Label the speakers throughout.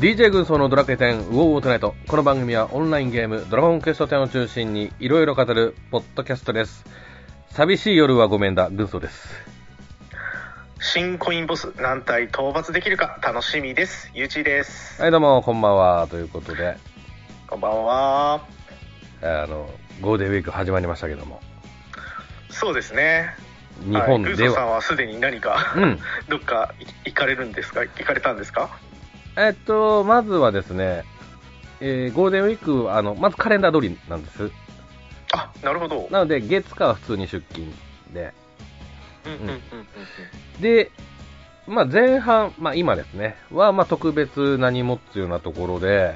Speaker 1: DJ 軍曹のドラクエ10ウォーウォートナイトこの番組はオンラインゲームドラゴンクエスト10を中心にいろいろ語るポッドキャストです寂しい夜はごめんだ軍曹です
Speaker 2: 新コインボス何体討伐できるか楽しみですゆうちーです、
Speaker 1: はいどうもこんばんはということで
Speaker 2: こんばんは
Speaker 1: あのゴールデンウィーク始まりましたけども
Speaker 2: そうですね
Speaker 1: 日本
Speaker 2: は
Speaker 1: で
Speaker 2: い、ルーソーさ
Speaker 1: は、
Speaker 2: んはすでに何か、
Speaker 1: うん
Speaker 2: どっかい行かれるんですか行かれたんですか
Speaker 1: えっとまずはですね、えーゴールデンウィークはあのまずカレンダー通りなんです
Speaker 2: あなるほど
Speaker 1: なので月火は普通に出勤で
Speaker 2: うんうんうんうん
Speaker 1: で、まあ、前半、まあ、今ですね、は、まあ、特別何もっていうようなところで、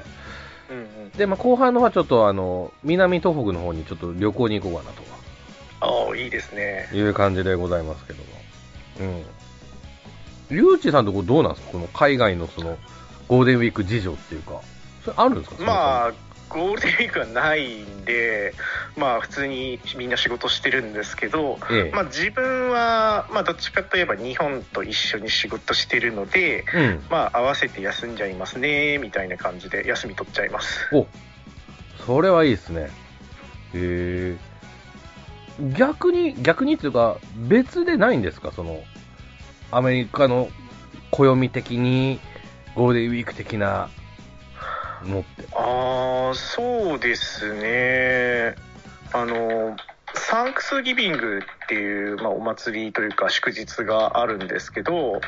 Speaker 2: うんうんうん
Speaker 1: で、まあ、後半の方はちょっと、あの、南東北の方にちょっと旅行に行こうかな
Speaker 2: ああいいですね
Speaker 1: という感じでございますけども。うん。リュウチさんとこどうなんですかこの海外のその、ゴールデンウィーク事情っていうか、それあるんですか
Speaker 2: ま
Speaker 1: あ、
Speaker 2: あゴールデンウィークはないんでまあ普通にみんな仕事してるんですけど
Speaker 1: ええ。
Speaker 2: まあ自分は、まあ、どっちかといえば日本と一緒に仕事してるので、
Speaker 1: うん。
Speaker 2: まあ、合わせて休んじゃいますねみたいな感じで休み取っちゃいます
Speaker 1: おそれはいいですね。へえ。逆に、逆にっていうか、別でないんですかその、アメリカの暦的に、ゴールデンウィーク的なのって。
Speaker 2: ああそうですねあのサンクスギビングっていう、まあ、お祭りというか祝日があるんですけど、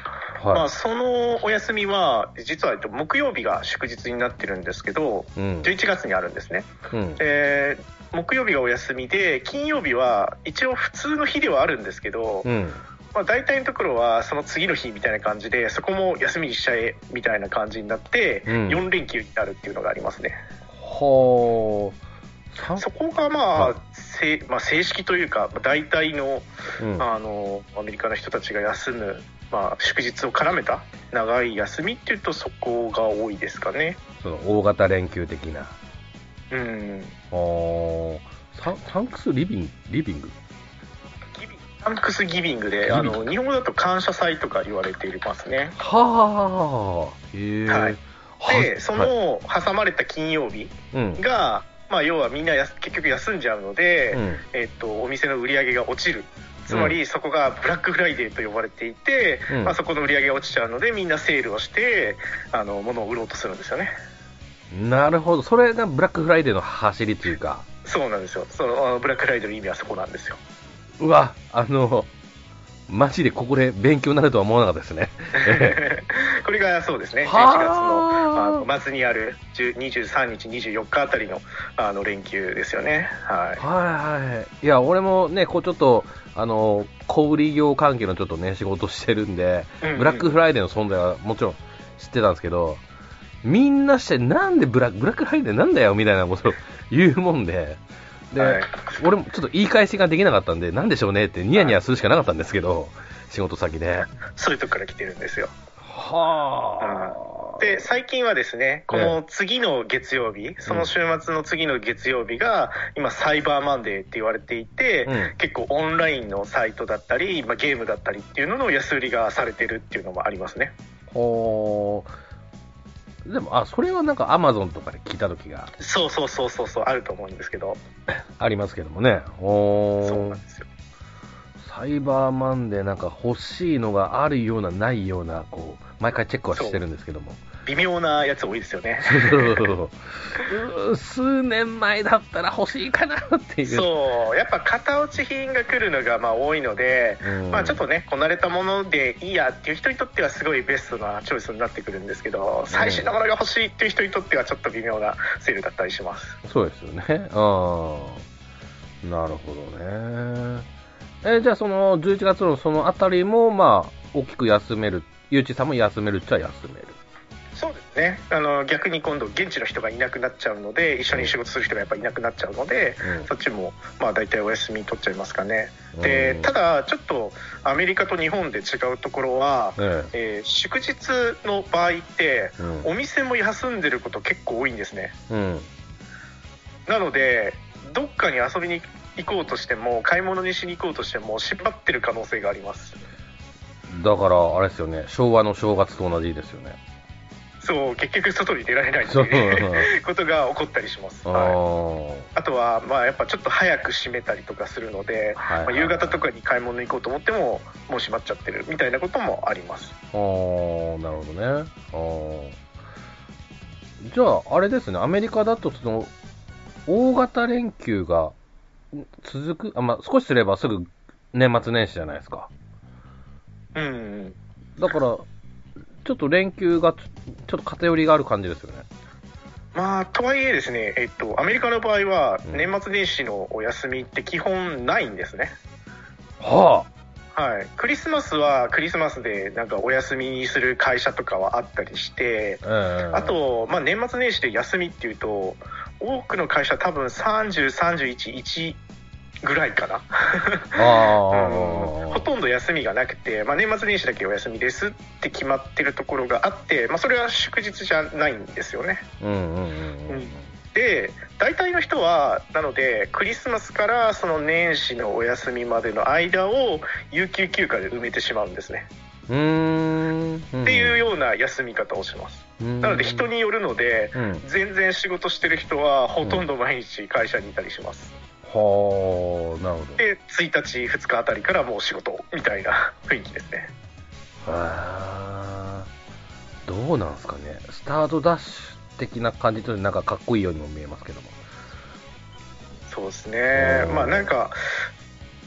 Speaker 2: ま
Speaker 1: は
Speaker 2: あ、そのお休みは実はえっと木曜日が祝日になってるんですけど
Speaker 1: い。うん。
Speaker 2: 11月にあるんですね
Speaker 1: うん。
Speaker 2: えー木曜日がお休みで金曜日は一応普通の日ではあるんですけど、
Speaker 1: うん。
Speaker 2: まあ、大体のところはその次の日みたいな感じでそこも休みにしちゃえみたいな感じになって、
Speaker 1: うん
Speaker 2: 4連休になるっていうのがありますね
Speaker 1: ほー。さん
Speaker 2: そこがまあ、
Speaker 1: はい
Speaker 2: せまあ正式というかまあ大体の,、
Speaker 1: うん。
Speaker 2: あのアメリカの人たちが休む、まあ、祝日を絡めた長い休みっていうとそこが多いですかね
Speaker 1: その、大型連休的な。
Speaker 2: うん
Speaker 1: ほー。サンサンクスリビング、リビング
Speaker 2: ギビサンクスギビング
Speaker 1: ギビン
Speaker 2: で
Speaker 1: グ
Speaker 2: あの日本語だと感謝祭とか言われていますね
Speaker 1: はー。へえ。
Speaker 2: はい
Speaker 1: は
Speaker 2: でそ
Speaker 1: はい
Speaker 2: の挟まれた金曜日
Speaker 1: うん。
Speaker 2: が、まあ、要はみんなやす結局休んじゃうので、
Speaker 1: うん
Speaker 2: えっとお店の売り上げが落ちるつまりそこがブラックフライデーと呼ばれていて、
Speaker 1: うん
Speaker 2: まあ、そこの売り上げが落ちちゃうのでみんなセールをしてあの物を売ろうとするんですよね
Speaker 1: なるほど、それがブラックフライデーの走りというか、
Speaker 2: そうなんですよそのあのブラックフライデーの意味はそこなんで すよ
Speaker 1: うわ、あの、マジでここで勉強になるとは思わなかったですね。
Speaker 2: これがそうですね11月
Speaker 1: は
Speaker 2: の
Speaker 1: あ
Speaker 2: あの末にある10 23日24日あたりのあの連休ですよねはい
Speaker 1: はいはい。いや、俺もね、こうちょっと、あの、小売業関係のちょっとね、仕事してるんで、
Speaker 2: うんうん
Speaker 1: ブラックフライデーの存在はもちろん知ってたんですけど、みんなして、なんでブラック、ブラックフライデーなんだよみたいなことを言うもんで、で、
Speaker 2: はい
Speaker 1: 俺もちょっと言い返しができなかったんで、なんでしょうねってニヤニヤするしかなかったんですけど、仕事先で。
Speaker 2: そういうとこから来てるんですよ
Speaker 1: はあ。
Speaker 2: で最近はですね、この次の月曜日、その週末の次の月曜日が、今、サイバーマンデーって言われていて、
Speaker 1: うん
Speaker 2: 結構オンラインのサイトだったり、まあ、ゲームだったりっていうのの安売りがされてるっていうのもありますね。
Speaker 1: ほーでも、あ、それはなんかアマゾンとかで聞いた時が
Speaker 2: そうそうそうそうそう、あると思うんですけど、
Speaker 1: ありますけどもね。ほ
Speaker 2: そう
Speaker 1: ー
Speaker 2: なんですよ。
Speaker 1: サイバーマンでなんか欲しいのがあるようなないような、こう、毎回チェックはしてるんですけど も。
Speaker 2: 微妙なやつ多いですよね。
Speaker 1: そうそうそうそううー数年前だったら欲しいかなって いう。
Speaker 2: そう、やっぱ型落ち品が来るのがまあ多いので、
Speaker 1: うん
Speaker 2: まあ、ちょっとね、こなれたものでいいやっていう人にとってはすごいベストなチョイスになってくるんですけど、最新のものが欲しいっていう人にとってはちょっと微妙なセールだったりします。
Speaker 1: そうですよね。ああ。なるほどね。えじゃあ、その、11月のそのあたりも、まあ、大きく休める。ゆうちさんも休めるっちゃ休める。
Speaker 2: そうですねあの逆に今度、現地の人がいなくなっちゃうので、一緒に仕事する人がやっぱいなくなっちゃうので、
Speaker 1: うん
Speaker 2: そっちもまあ大体お休み取っちゃいますかね。
Speaker 1: う
Speaker 2: で
Speaker 1: ん
Speaker 2: ただ、ちょっとアメリカと日本で違うところは、
Speaker 1: ええ
Speaker 2: えー祝日の場合って、
Speaker 1: うん
Speaker 2: お店も休んでること結構多いんですね。
Speaker 1: うん。
Speaker 2: なので、どっかに遊びに行こうとしても、買い物にしに行こうとしても、縛ってる可能性があります。
Speaker 1: だから、あれですよね、昭和の正月と同じですよね。
Speaker 2: そう結局外に出ら れないって
Speaker 1: そう。
Speaker 2: いう ことが起こったりします、
Speaker 1: あ
Speaker 2: はい、
Speaker 1: ー
Speaker 2: あとはまあやっぱちょっと早く閉めたりとかするので、
Speaker 1: はい
Speaker 2: まあ夕方とかに買い物行こうと思ってももう閉まっちゃってるみたいなこともあります
Speaker 1: あー、なるほどね。あーじゃあ、あれですね、アメリカだと、その、大型連休がん続く、あまあ、少しすればすぐ年末年始じゃないですか。
Speaker 2: うん
Speaker 1: だから、ちょっと連休がつ、ちょっと偏りがある感じですよね。
Speaker 2: まあとはいえですねえっとアメリカの場合は
Speaker 1: うん
Speaker 2: 年末年始のお休みって基本ないんですね
Speaker 1: は
Speaker 2: はい、クリスマスはクリスマスでなんかお休みにする会社とかはあったりして
Speaker 1: あ、ええ
Speaker 2: あ、と、まあ、年末年始で休みっていうと多くの会社多分30311ぐらいかな
Speaker 1: あ
Speaker 2: うんほとんど休みがなくて、まあ、年末年始だけお休みですって決まってるところがあって、まあ、それは祝日じゃないんですよね
Speaker 1: ーうんうんうんうん。
Speaker 2: で大体の人はなのでクリスマスからその年始のお休みまでの間を有給休暇で埋めてしまうんですね
Speaker 1: うーん。っ
Speaker 2: っていうような休み方をします
Speaker 1: うん
Speaker 2: なので人、によるので
Speaker 1: うん。
Speaker 2: 全然仕事してる人はほとんど毎日会社にいたりします
Speaker 1: はあ、なるほど。
Speaker 2: で1日2日あたりからもう仕事みたい な雰囲気ですね
Speaker 1: あーどうなんすかね、スタートダッシュ的な感じとなんかかっこいいようにも見えますけども。
Speaker 2: そうですね
Speaker 1: うん
Speaker 2: まあなんか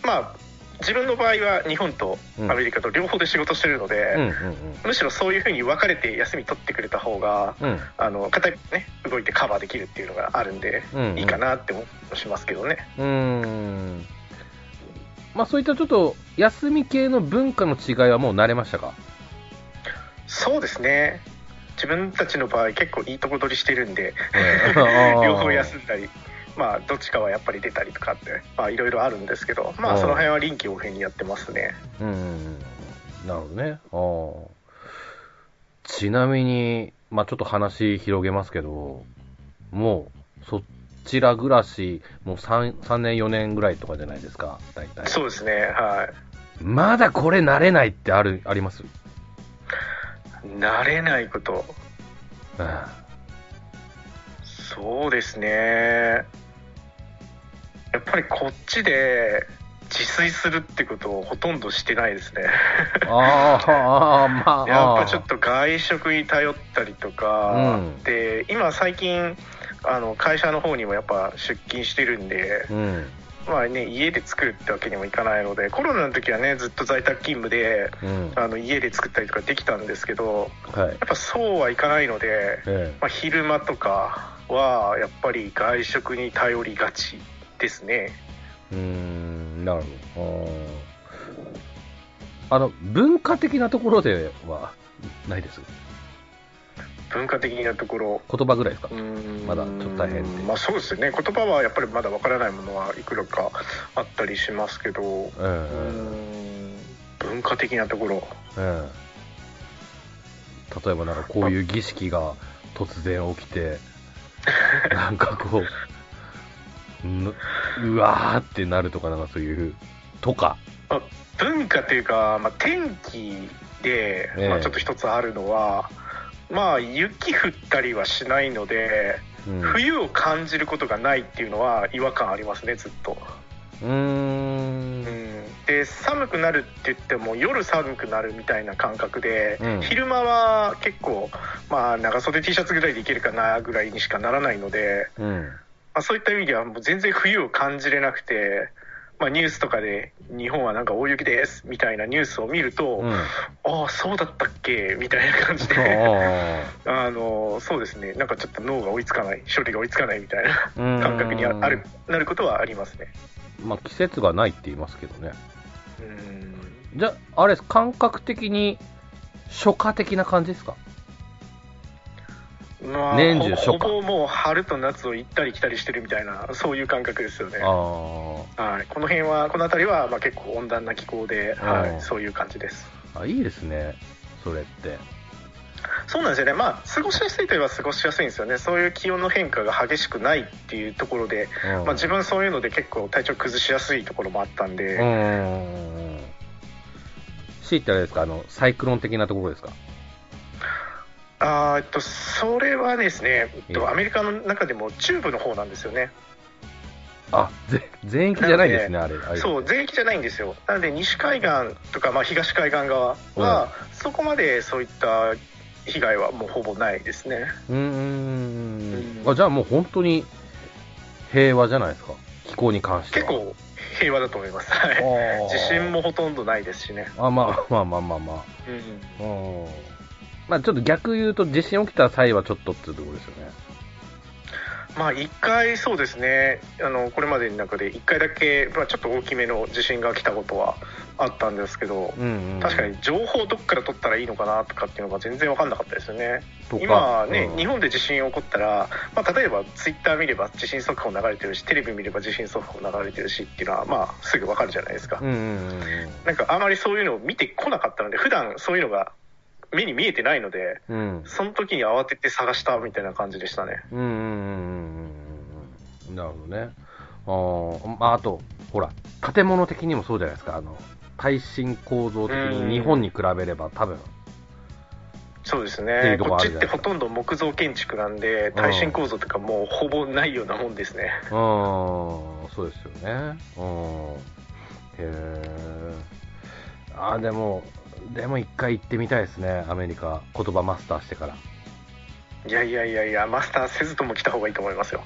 Speaker 2: まあ自分の場合は日本と
Speaker 1: うん
Speaker 2: アメリカと両方で仕事してるので、
Speaker 1: うんうん
Speaker 2: むしろそういうふうに分かれて休み取ってくれた方が
Speaker 1: うん。
Speaker 2: あの片一方ね動いてカバーできるっていうのがあるんで、
Speaker 1: うん、うん。
Speaker 2: いいか。なって思いしますけどね
Speaker 1: うーん。まあそういったちょっと休み系の文化の違いはもう慣れま したか
Speaker 2: そうですね自分たちの場合結構いいとこ取りしてるんで両
Speaker 1: 両
Speaker 2: 方休んだりまあどっちかはやっぱり出たりとかってまあいろいろあるんですけどま
Speaker 1: う
Speaker 2: あ
Speaker 1: ん
Speaker 2: その辺は臨機応変にやってますね
Speaker 1: うんうんうん。なるほどね。あーちなみに、まあちょっと話広げますけど、もう、そちら暮らし、もう 3, 3年4年ぐらいとかじゃないですか、大体。
Speaker 2: そうですねは
Speaker 1: まだこれ慣れないってある、あります
Speaker 2: い慣れないこと
Speaker 1: あ
Speaker 2: そうですねやっぱりこっちで自炊するってことをほとんどしてないですね
Speaker 1: ーあー、まあ。
Speaker 2: やっぱちょっと外食に頼ったりとか、
Speaker 1: うん
Speaker 2: で今最近あの会社の方にもやっぱ出勤してるんで、
Speaker 1: うん。
Speaker 2: まあね、家で作るってわけにもいかないのでコロナの時はねずっと在宅勤務で
Speaker 1: うん。
Speaker 2: あの家で作ったりとかできたんですけど
Speaker 1: はい。
Speaker 2: やっぱそうはいかないので、
Speaker 1: え
Speaker 2: まあ、昼間とかはやっぱり外食に頼りがちですね
Speaker 1: え。うーん、なるほど。あーあの、文化的なところではないです。
Speaker 2: 文化的なところ
Speaker 1: 言葉ぐらいですか
Speaker 2: う。ーん
Speaker 1: まだちょっと大変って
Speaker 2: まあそうですね言葉はやっぱりまだわからないものはいくらかあったりしますけどう
Speaker 1: ええ
Speaker 2: ーん文化的なところ
Speaker 1: ええ例えばなんかこういう儀式が突然起き て、なんかこう、ぬうわーってなるとか、なんかそういう、とか。
Speaker 2: 文化というか、まあ、天気で、
Speaker 1: ええ
Speaker 2: まあ、ちょっと一つあるのは、まあ、雪降ったりはしないので、
Speaker 1: うん、
Speaker 2: 冬を感じることがないっていうのは違和感ありますねずっと、
Speaker 1: うーん
Speaker 2: う。ん、で寒くなるって言っても夜寒くなるみたいな感覚で、
Speaker 1: うん
Speaker 2: 昼間は結構、まあ、長袖 T シャツぐらいでいけるかなぐらいにしかならないので、
Speaker 1: うん。
Speaker 2: まあ、そういった意味ではもう全然冬を感じれなくて、まあ、ニュースとかで日本はなんか大雪ですみたいなニュースを見ると、
Speaker 1: うん。あ
Speaker 2: ああそうだったっけみたいな感 じで
Speaker 1: あ。
Speaker 2: あのそうですねなんかちょっと脳が追いつかない処理が追いつかないみたいな感
Speaker 1: 感
Speaker 2: 覚にあある。なることはありますね
Speaker 1: まあ季節がないって言いますけどね。
Speaker 2: うん
Speaker 1: じゃあ、あれです、感覚的に、初夏的な感じですか
Speaker 2: まあ
Speaker 1: 年中初夏
Speaker 2: ほぼもう春と夏を行ったり来たりしてるみたいなそういう感覚ですよね
Speaker 1: あー
Speaker 2: はい、この辺はこの辺りはまあ結構温暖な気候で、は
Speaker 1: うん
Speaker 2: い、そういう感じです
Speaker 1: あ。いいですね、それって。
Speaker 2: そうなんですよね、まあ、過ごしやすいといえば過ごしやすいんですよね、そういう気温の変化が激しくないっていうところで、
Speaker 1: うん
Speaker 2: まあ、自分、そういうので結構体調崩しやすいところもあったんで、
Speaker 1: うーん。強いてあれですか、あの、サイクロン的なところですか。
Speaker 2: あーえっとそれはですね、えっ
Speaker 1: ええ
Speaker 2: と、アメリカの中でも中部の方なんですよね、
Speaker 1: あぜ全域じゃないですね、あれ。あれ
Speaker 2: そう全域じゃないんですよなので西海岸とか、まあ、東海岸側はそこまでそういった被害はもうほぼないですね
Speaker 1: うーん
Speaker 2: うん
Speaker 1: あじゃあもう本当に平和じゃないですか気候に関して
Speaker 2: 結
Speaker 1: は
Speaker 2: 構平和だと思いますはい
Speaker 1: あー
Speaker 2: 地震もほとんどないですしね、
Speaker 1: あまあまあまあまあまあ
Speaker 2: うん、
Speaker 1: うんまあちょっと逆言うと地震起きた際はちょっとっていうところですよね
Speaker 2: まあ1回そうですねあのこれまでの中で1回だけ、まあ、ちょっと大きめの地震が来たことはあったんですけど、
Speaker 1: うん、うん、
Speaker 2: 確かに情報どっから取ったらいいのかなとかっていうのが全然分かんなかったですよね
Speaker 1: とか
Speaker 2: 今ね、
Speaker 1: うん
Speaker 2: 日本で地震起こったら、まあ、例えばツイッター見れば地震速報流れてるしテレビ見れば地震速報流れてるしっていうのはまあすぐ分かるじゃないですか、
Speaker 1: うんうんうん
Speaker 2: なんかあまりそういうのを見てこなかったので普段そういうのが目に見えてないので
Speaker 1: うんうん
Speaker 2: その時に慌てて探したみたいな感じでしたね
Speaker 1: うんうんうんうんなるほどねあー、まあ、あとほら建物的にもそうじゃないですかあの耐震構造的
Speaker 2: うん
Speaker 1: に日本に比べれば多分
Speaker 2: そうです
Speaker 1: ってい
Speaker 2: ね
Speaker 1: うとこ
Speaker 2: こっ
Speaker 1: あ
Speaker 2: ち
Speaker 1: るじ
Speaker 2: っ
Speaker 1: ゃない
Speaker 2: てほとんど木造建築なんで耐震構造とかもうほぼないようなもんですね、
Speaker 1: うーん、そうですよね。うん。へえ。あー、でも、でも一回行ってみたいですね、アメリカ。言葉マスターしてから。
Speaker 2: いやいやいやいやマスターせずとも来た方がいいと思いますよ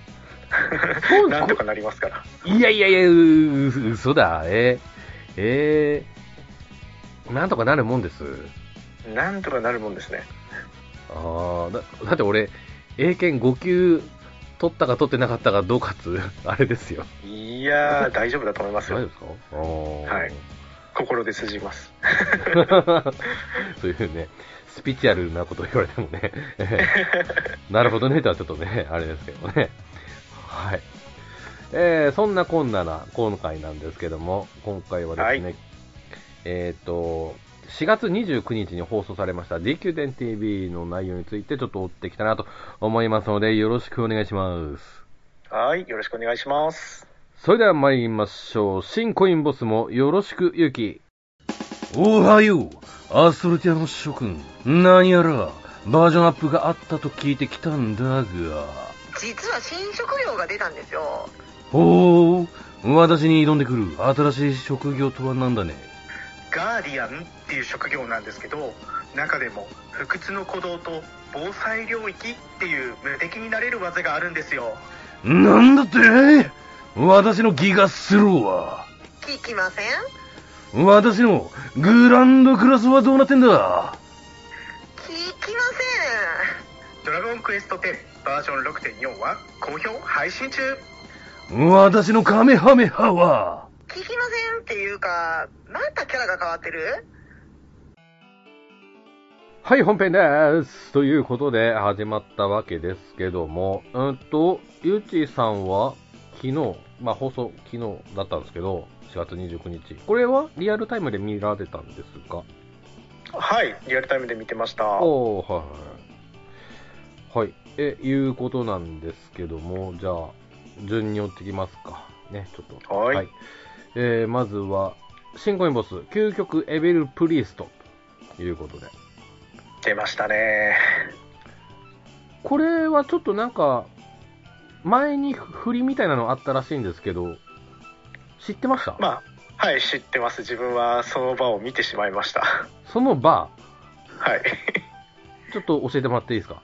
Speaker 1: そう
Speaker 2: なんとかなりますから
Speaker 1: いやいやいや、うう嘘だ。えー、えー、なんとかなるもんです。
Speaker 2: なんとかなるもんですね
Speaker 1: ああ、だだって俺、英検5級取ったか取ってなかったかどうか つ、あれですよ。
Speaker 2: い やー大丈夫だと思いま
Speaker 1: 大
Speaker 2: す
Speaker 1: 丈夫
Speaker 2: よ
Speaker 1: ですかあー
Speaker 2: はい心で通じます
Speaker 1: そういうね、スピチュアルなことを言われてもね、 なるほどねとはちょっとね、あれですけどね。はい。えー、そんなこんなな今回なんですけども、今回はですね、
Speaker 2: は
Speaker 1: えっ、と、4月29日に放送されました DQ10TV の内容についてちょっと追ってきたなと思いますので、よろしくお願いします。
Speaker 2: はいよろしくお願いします
Speaker 1: それでは参りましょう。新コインボスもよろしく、ゆうき。おはよう、アストルティアの諸君。何やら、バージョンアップがあったと聞いてきたんだが。
Speaker 3: 実は新職業が出たんですよ
Speaker 1: おお、私に挑んでくる新しい職業とはなんだね。
Speaker 2: ガーディアンっていう職業なんですけど中でも不屈の鼓動と防災領域っていう無敵になれる技があるんですよ
Speaker 1: なんだって私のギガスローは、
Speaker 3: 聞きません
Speaker 1: 私のグランドクラスはどうなってんだ
Speaker 3: 聞きませ
Speaker 2: ドラゴンクエスト10バージョン6.4は好評配信中
Speaker 1: 私のカメハメハは、
Speaker 3: ん聞きませんっていうかまたキャラが変わってる
Speaker 1: はい、本編です。ということで、始まったわけですけども、うんと、ゆうちーさんは、昨日、まあ、放送、昨日だったんですけど、4月29日。これは、リアルタイムで見られたんですか
Speaker 2: はいリアルタイムで見てました
Speaker 1: おー、はいはいはい。はい、え、いうことなんですけども、じゃあ、順に追ってきますか。ね、ちょっと。
Speaker 2: はい
Speaker 1: えー、まずは、新コインボス、究極エビルプリースト、ということで。
Speaker 2: 出ましたね
Speaker 1: これはちょっとなんか、前に振りみたいなのあったらしいんですけど、知ってました、
Speaker 2: まあはい知ってます自分はその場を見てしまいました
Speaker 1: そのバ
Speaker 2: はい
Speaker 1: ー、ちょっと教えてもらっていいですか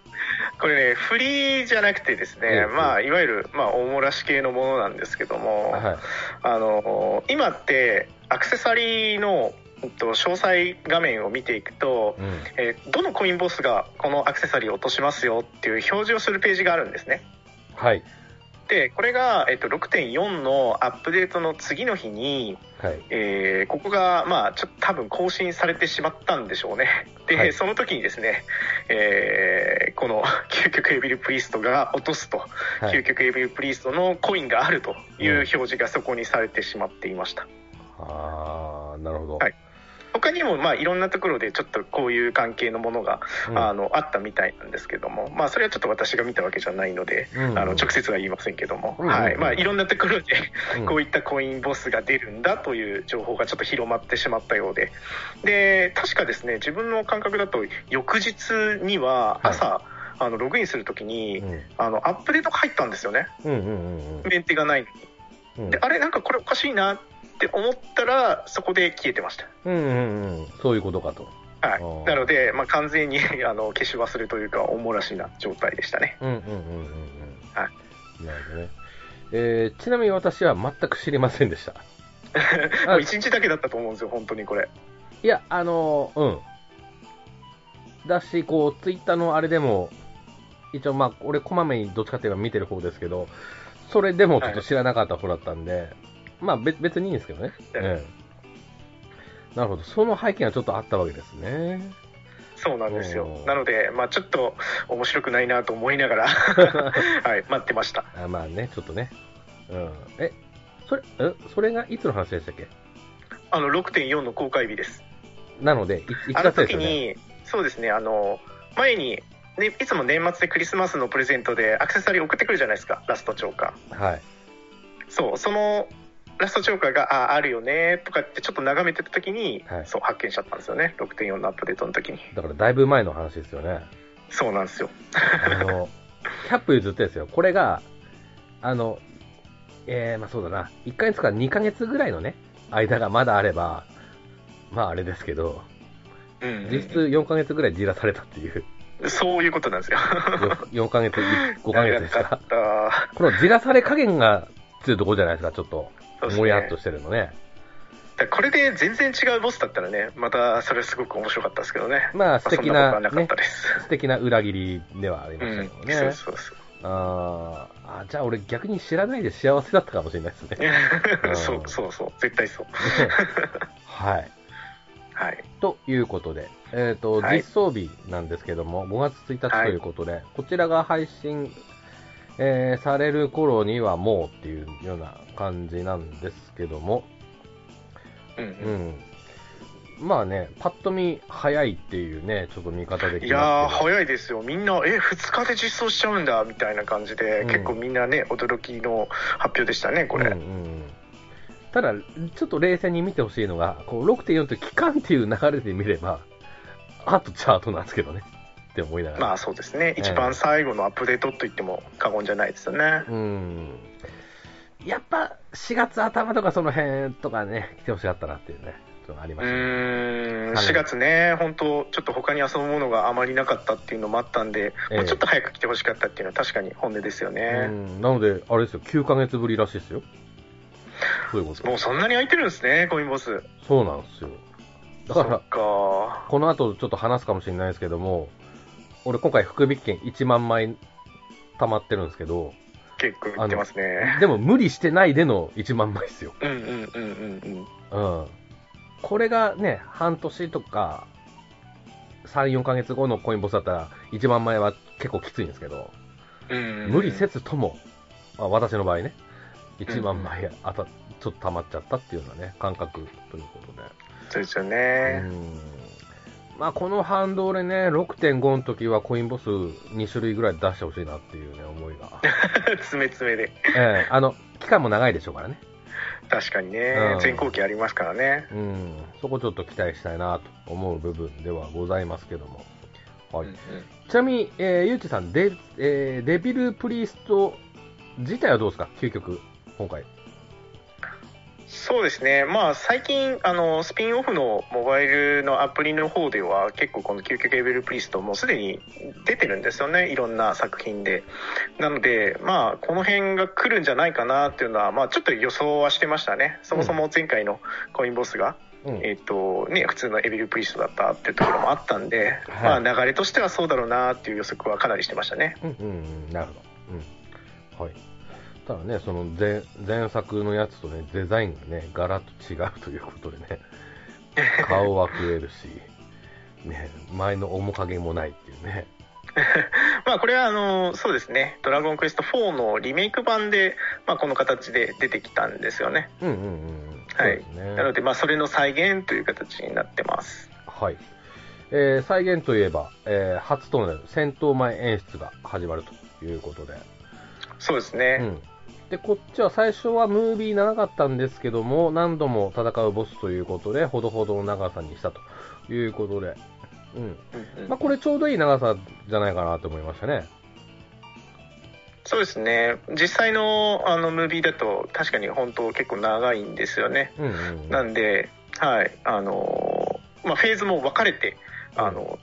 Speaker 2: これねフリーじゃなくてですね、
Speaker 1: ええ
Speaker 2: まあいわゆる、まあ、おもらし系のものなんですけども、
Speaker 1: はい。
Speaker 2: あの今ってアクセサリーのうんと詳細画面を見ていくと、
Speaker 1: うん。
Speaker 2: えーどのコインボスがこのアクセサリーを落としますよっていう表示をするページがあるんですね
Speaker 1: はい。
Speaker 2: でこれが、えっと6.4のアップデートの次の日に、
Speaker 1: はい。
Speaker 2: えーここが、まあ、ちょっと多分更新されてしまったんでしょうねで、
Speaker 1: はい
Speaker 2: その時にですね、えーこの 究極エビルプリストが落とすと、
Speaker 1: は
Speaker 2: 究
Speaker 1: い。
Speaker 2: 極エビルプリストのコインがあるという表示がそこにされてしまっていました
Speaker 1: あー、なるほど。
Speaker 2: はい他にもまあいろんなところでちょっとこういう関係のものが、
Speaker 1: うん
Speaker 2: あのあったみたいなんですけども、まあ、それはちょっと私が見たわけじゃないので、
Speaker 1: うんうん
Speaker 2: あの直接は言いませんけども、
Speaker 1: うんうん
Speaker 2: はいまあ、いろんなところで
Speaker 1: うん
Speaker 2: こういったコインボスが出るんだという情報がちょっと広まってしまったようで、で確かですね自分の感覚だと翌日には朝、あのログインするときに、
Speaker 1: うん
Speaker 2: あのアップデートが入ったんですよね、
Speaker 1: うんうんうん
Speaker 2: メンテがないのに。
Speaker 1: うん
Speaker 2: であれなんかこれおかしいなって思ったらそこで消えてました。
Speaker 1: うんうんうんそういうことかと
Speaker 2: は
Speaker 1: あー
Speaker 2: い、なので、まあ、完全に あの消し忘れというか、おもらしな状態でしたね。
Speaker 1: うんうんうんうんうん
Speaker 2: は
Speaker 1: なるほどねえーちなみに私は全く知りませんでしたあ
Speaker 2: もう1日だけだったと思うんですよ、本当にこれ。
Speaker 1: いや、あのーうん。だし、こう、ツイッターのあれでも、一応、まあ、俺、こまめにどっちかっていうと見てる方ですけど、それでもちょっと知らなかった方だったんで、まあ別、別にいいんですけどね。
Speaker 2: え
Speaker 1: ええなるほど。その背景がちょっとあったわけですね。
Speaker 2: そうなんですよ
Speaker 1: おー。
Speaker 2: なので、まあ、ちょっと面白くないなと思い ながら、はい、待ってました。
Speaker 1: あまあね、ちょっとね。うん。え、それ、えそれがいつの話でしたっけ
Speaker 2: あの6.4の公開日です。
Speaker 1: なので、い1
Speaker 2: あの
Speaker 1: 月です
Speaker 2: 時
Speaker 1: よね。
Speaker 2: に、そうですね、あの前に、ね、いつも年末でクリスマスのプレゼントでアクセサリー送ってくるじゃないですか、ラストチョーカー。
Speaker 1: はい。
Speaker 2: そう、そのラストチョーカーが、ああ、あるよねとかってちょっと眺めてた時に、
Speaker 1: はい
Speaker 2: そう発見しちゃったんですよね、6.4のアップデートの時に。
Speaker 1: だから、だいぶ前の話ですよね。
Speaker 2: そうなんですよ。
Speaker 1: あの、キャップ譲ってですよ。これが、あの、えー、まあそうだな。1ヶ月から2ヶ月ぐらいのね、間がまだあれば、まああれですけど、
Speaker 2: うん
Speaker 1: 実質4ヶ月ぐらいじらされたっていう、
Speaker 2: そういうことなんですよ。
Speaker 1: 4ヶ月、5ヶ月です
Speaker 2: 長か
Speaker 1: か
Speaker 2: っ。た。
Speaker 1: このじらされ加減が、っていうとこじゃないですか、ちょっと、
Speaker 2: そうですね
Speaker 1: もやっとしてるのね。
Speaker 2: だからこれで全然違うボスだったらね、またそれすごく面白かったですけどね。
Speaker 1: まあ素敵な
Speaker 2: まあそんなことはなかったです。
Speaker 1: 素敵な裏切りではありましたけどね。
Speaker 2: うん、そうそうそう。
Speaker 1: あーあ、じゃあ俺逆に知らないで幸せだったかもしれない ですね。ん
Speaker 2: そうそうそう、絶対そう。
Speaker 1: はい。
Speaker 2: はい。
Speaker 1: ということで、えっ、と、
Speaker 2: はい
Speaker 1: 実装日なんですけども、5月1日
Speaker 2: はい
Speaker 1: ということで、こちらが配信、えーされる頃にはもうっていうような感じなんですけども、
Speaker 2: うん
Speaker 1: う
Speaker 2: うん
Speaker 1: ん。まあね、パッと見早いっていうね、ちょっと見方できますけど。
Speaker 2: いやー早いですよ、みんな、え、2日で実装しちゃうんだみたいな感じで、
Speaker 1: うん
Speaker 2: 結構みんなね、驚きの発表でしたね、これ。
Speaker 1: うんうんうんただ、ちょっと冷静に見てほしいのが、こう6.4って期間っていう流れで見れば、あとチャートなんですけどね、って思いながら。
Speaker 2: まあそうですね、
Speaker 1: え
Speaker 2: 一番最後のアップデートと言っても過言じゃないですよね。
Speaker 1: うん。やっぱ4月頭とかその辺とかね、来てほしかったなっていうね、ちょっとあり
Speaker 2: う
Speaker 1: ましたね。
Speaker 2: ーん
Speaker 1: はい
Speaker 2: 4月ね、本当、ちょっと他に遊ぶものがあまりなかったっていうのもあったんで、
Speaker 1: ええ
Speaker 2: もうちょっと早く来てほしかったっていうのは、確かに本音ですよ
Speaker 1: う
Speaker 2: ね。
Speaker 1: んなので、あれですよ、9ヶ月ぶりらしいですよ。そういうこと。
Speaker 2: もうそんなに空いてるんですね、コインボス。
Speaker 1: そうなんですよ。だから、
Speaker 2: そっか
Speaker 1: この後ちょっと話すかもしれないですけども、俺今回福引券1万枚溜まってるんですけど、
Speaker 2: 結構行ってますね。
Speaker 1: でも無理してないでの1万枚ですよ。
Speaker 2: うんうんうんうんうん。
Speaker 1: うん。これがね、半年とか、3、4ヶ月後のコインボスだったら、1万枚は結構きついんですけど、
Speaker 2: うんうん
Speaker 1: 無理せずとも、まあ、私の場合ね、1万枚あた、ちょっと溜まっちゃったっていうようなね、感覚ということで。
Speaker 2: そうですよ
Speaker 1: う
Speaker 2: ね。
Speaker 1: んまあ、この反動でね、6.5の時はコインボス2種類ぐらい出してほしいなっていうね、思い が。
Speaker 2: 詰め詰めで。
Speaker 1: ええあの、期間も長いでしょうからね。
Speaker 2: 確かに
Speaker 1: う
Speaker 2: ね
Speaker 1: ん、
Speaker 2: 全後期ありますからね。
Speaker 1: うん、そこちょっと期待したいなと思う部分ではございますけども。はい。ちなみに、えー、ゆうちさん、デ,、えーデビルプリスト自体はどうですか究極、今回。
Speaker 2: そうですね、まあ、最近あの、スピンオフのモバイルのアプリの方では、結構、この究極エベルプリスト、もうすでに出てるんですよね、いろんな作品で。なので、まあ、この辺が来るんじゃないかなっていうのは、まあ、ちょっと予想はしてましたね、そもそも前回のコインボスが、
Speaker 1: うん。
Speaker 2: えっとね、普通のエベルプリストだったっていうところもあったんで、
Speaker 1: はい
Speaker 2: まあ、流れとしてはそうだろうなっていう予測はかなりしてましたね。
Speaker 1: うん、うんうん、なるほど。うん。はい。ただね、その前前作のやつとね、デザインがね、ガラッと違うということで ね、顔は増えるし、ね、前の面影もないっていうね。
Speaker 2: まあこれはあのそうですね「ドラゴンクエスト4」のリメイク版で、まあ、この形で出てきたんですよね
Speaker 1: うんうんうん。そう
Speaker 2: はい
Speaker 1: ですね
Speaker 2: なのでまあそれの再現という形になってます
Speaker 1: はい。えー再現といえば、えー初となる戦闘前演出が始まるということで。
Speaker 2: そうです
Speaker 1: う
Speaker 2: ね、
Speaker 1: ん。で、こっちは最初はムービー長かったんですけども、何度も戦うボスということで、ほどほどの長さにしたということで。うん。
Speaker 2: うんうん
Speaker 1: まあ、これちょうどいい長さじゃないかなと思いましたね。
Speaker 2: そうですね実際のあのムービーだと確かに本当結構長いんですよね
Speaker 1: うんうんうん。
Speaker 2: なんで、はいあのーまあ、フェーズも分かれて、あの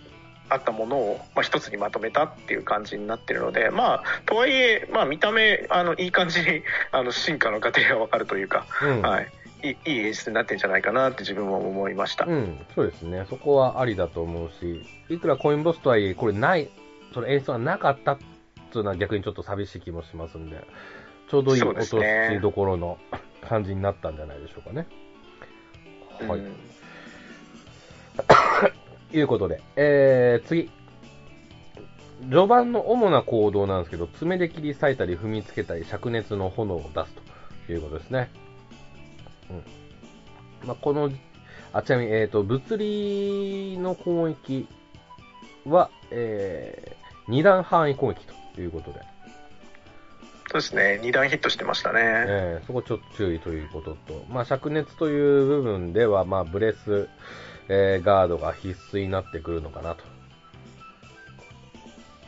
Speaker 2: あったものを、まあ、一つにまとめたっていう感じになってるので、まあ、とはいえ、まあ、見た目あのいい感じにあの進化の過程が分かるというか、
Speaker 1: うん
Speaker 2: はい、いいいい演出になってるんじゃないかなって自分は思いました、
Speaker 1: うん、そうですね。そこはありだと思うし、いくらコインボスとはいえ、これない、その演出がなかったっていうのは逆にちょっと寂しい気もしますんで、ちょうどいい
Speaker 2: そう
Speaker 1: 落
Speaker 2: で
Speaker 1: とし
Speaker 2: すね
Speaker 1: どころの感じになったんじゃないでしょうかね。はい。
Speaker 2: うん
Speaker 1: いうことで、えー、次。序盤の主な行動なんですけど、爪で切り裂いたり踏みつけたり、灼熱の炎を出すということですね。うん。まあ、この、あ、ちなみに、えっ、と、物理の攻撃は、えー、二段範囲攻撃ということで、
Speaker 2: そうですね2段ヒットしてましたね、
Speaker 1: えーそこちょっと注意ということと、まあ、灼熱という部分では、まあ、ブレス、えーガードが必須になってくるのかなと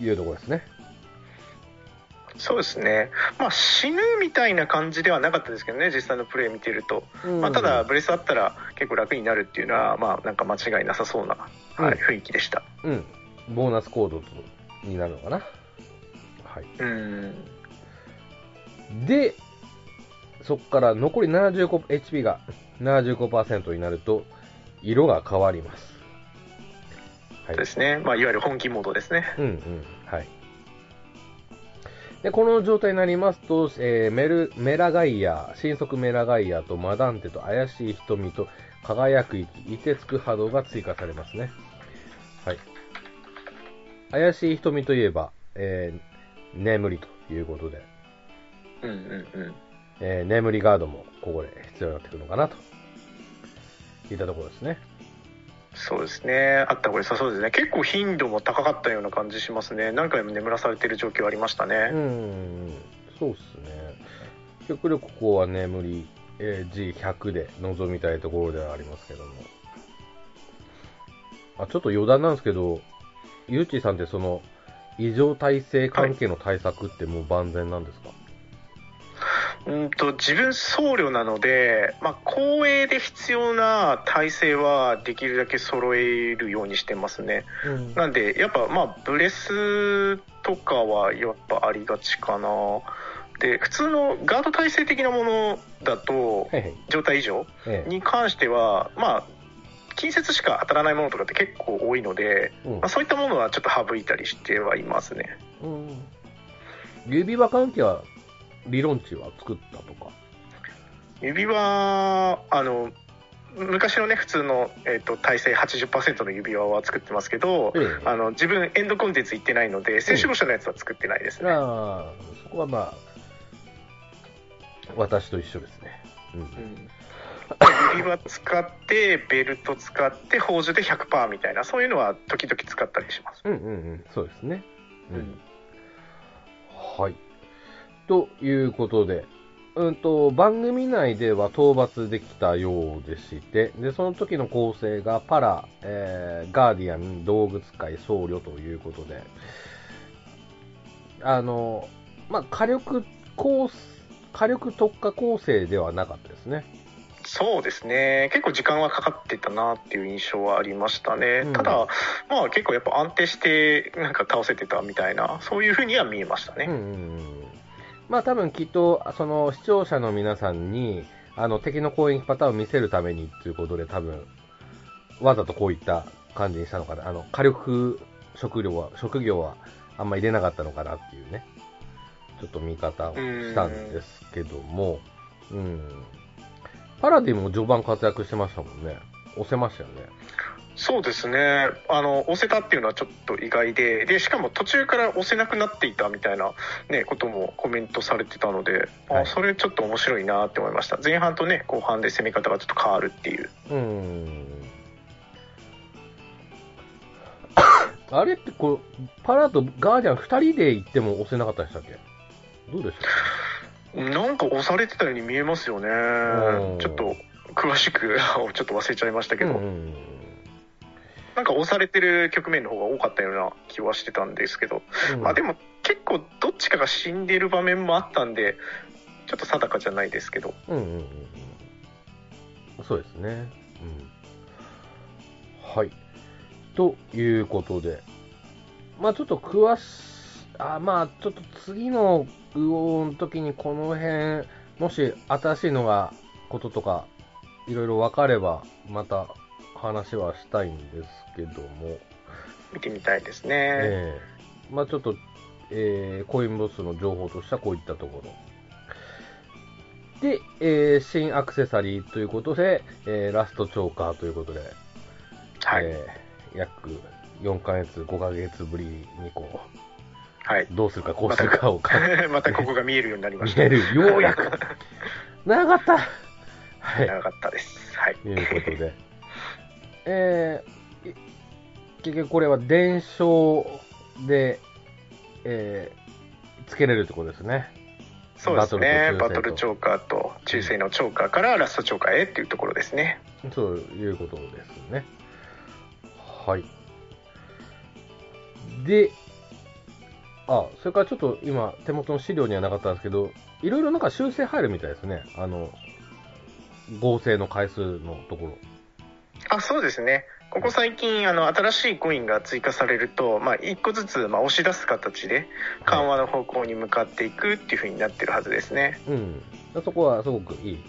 Speaker 1: いうところですね。
Speaker 2: そうですね、まあ、死ぬみたいな感じではなかったですけどね実際のプレイ見てると、まあ、ただ、ブレスあったら結構楽になるっていうのは、まあ、なんか間違いなさそうな、は
Speaker 1: うん
Speaker 2: い、雰囲気でした。
Speaker 1: うん、ボーナスコードとになるのかな。はい。
Speaker 2: うん
Speaker 1: で、そこから残り75、HP が75%になると、色が変わります。はい
Speaker 2: で。すね、まあ、いわゆる本気モードですね。
Speaker 1: うんうん。はい。で、この状態になりますと、えーメル、メラガイア、新速メラガイアとマダンテと怪しい瞳と輝く息、いてつく波動が追加されますね。はい。怪しい瞳といえば、えー眠りということで、
Speaker 2: うんうんうん。
Speaker 1: えー眠りガードもここで必要になってくるのかなと。いったところですね。
Speaker 2: そうですね。あった方が良さそうですね。結構頻度も高かったような感じしますね。何回も眠らされてる状況ありました
Speaker 1: う
Speaker 2: ね。
Speaker 1: ん、そうっすね。極力ここはね、無理、えー G100 で臨みたいところではありますけども。あ、ちょっと余談なんですけど、ゆうちさんってその、異常耐性関係の対策ってもう万全なんですか、
Speaker 2: うんと、自分僧侶なので、まあ、公営で必要な体制はできるだけ揃えるようにしてますね。
Speaker 1: うん
Speaker 2: なんで、やっぱ、まあ、ブレスとかはやっぱありがちかな。で、普通のガード体制的なものだと、
Speaker 1: はいはい。
Speaker 2: 状態異常
Speaker 1: ええ。
Speaker 2: に関しては、まあ、近接しか当たらないものとかって結構多いので、
Speaker 1: うん
Speaker 2: まあ、そういったものはちょっと省いたりしてはいますね。
Speaker 1: うん。指輪関係は、理論値は作ったとか。
Speaker 2: 指輪、あの、昔のね、普通の、えっと体制80%の指輪は作ってますけど、
Speaker 1: ええ
Speaker 2: あの自分エンドコンテンツ行ってないので、選手募者のやつは作ってないですね。
Speaker 1: ああ、そこはまあ、私と一緒ですね。うん
Speaker 2: うん指輪使って、ベルト使って、宝珠で100%みたいな、そういうのは時々使ったりします。
Speaker 1: うんうんうん、そうですね。う
Speaker 2: うん
Speaker 1: ん。はい。ということで、うんと、番組内では討伐できたようでして、で、その時の構成がパラ、えーガーディアン、動物界、僧侶ということで、あの、まあ、火力構成、火力特化構成ではなかったですね。
Speaker 2: そうですね結構時間はかかってたなっていう印象はありましたね、
Speaker 1: うん
Speaker 2: ただまあ結構やっぱ安定してなんか倒せてたみたいなそういうふうには見えました
Speaker 1: うんう
Speaker 2: ね、
Speaker 1: んうんまあ多分きっと、その視聴者の皆さんに、あの敵の攻撃パターンを見せるためにっていうことで多分、わざとこういった感じにしたのかな。あの、火力食料は、職業はあんま入れなかったのかなっていうね、ちょっと見方をしたんですけども、うん。パラディも序盤活躍してましたもんね。押せましたよね。
Speaker 2: そうですねあの押せたっていうのはちょっと意外ででしかも途中から押せなくなっていたみたいな、ね、こともコメントされてたので、あ
Speaker 1: はい
Speaker 2: それちょっと面白いなって思いました前半とね後半で攻め方がちょっと変わるっていう
Speaker 1: うーん。あれってこう、パラとガーディアン2人で行っても押せなかったんでしたっけどうで した
Speaker 2: なんか押されてたように見えますよね
Speaker 1: うん
Speaker 2: ちょっと詳しく ちょっと忘れちゃいましたけど、
Speaker 1: うんうん
Speaker 2: なんか押されてる局面の方が多かったような気はしてたんですけど
Speaker 1: うん、
Speaker 2: まあで
Speaker 1: も、
Speaker 2: も結構どっちかが死んでる場面もあったんでちょっと定かじゃないですけど
Speaker 1: うんうんうんうん、そうですね、うん。はい。ということで、まあちょっと詳し、あまあちょっと次のウオの時にこの辺、もし新しいのが、こととか、いろいろ分かれば、また話はしたいんですけども、
Speaker 2: 見てみたいですね、
Speaker 1: ええまあちょっと、えーコインボスの情報としてはこういったところ。で、えー新アクセサリーということで、えーラストチョーカーということで、
Speaker 2: はい、
Speaker 1: えー約4ヶ月、5ヶ月ぶりにこ
Speaker 2: はい
Speaker 1: う、どうするかこうするかを考え
Speaker 2: またここが見えるようになりまし
Speaker 1: 見
Speaker 2: た
Speaker 1: える。ようやく。長かった。はい。
Speaker 2: 長かったですはい
Speaker 1: ということで。 えーい結局これは伝承で、えーつけれるところですね。
Speaker 2: そうですね
Speaker 1: バ
Speaker 2: バ
Speaker 1: ト
Speaker 2: ト
Speaker 1: ル
Speaker 2: ル
Speaker 1: と
Speaker 2: チョーカーと中世のチョーカーからラストチョーカーへっていうところですね
Speaker 1: そういうことですね。はい。で、あ、それからちょっと今、手元の資料にはなかったんですけど、いろいろなんか修正入るみたいですね。あの、合成の回数のところ。
Speaker 2: あそうですねここ最近あの新しいコインが追加されると、まあ、1個ずつ、まあ、押し出す形で緩和の方向に向かっていくっていうふうになってるはずですね
Speaker 1: うん。そこはすごくいい、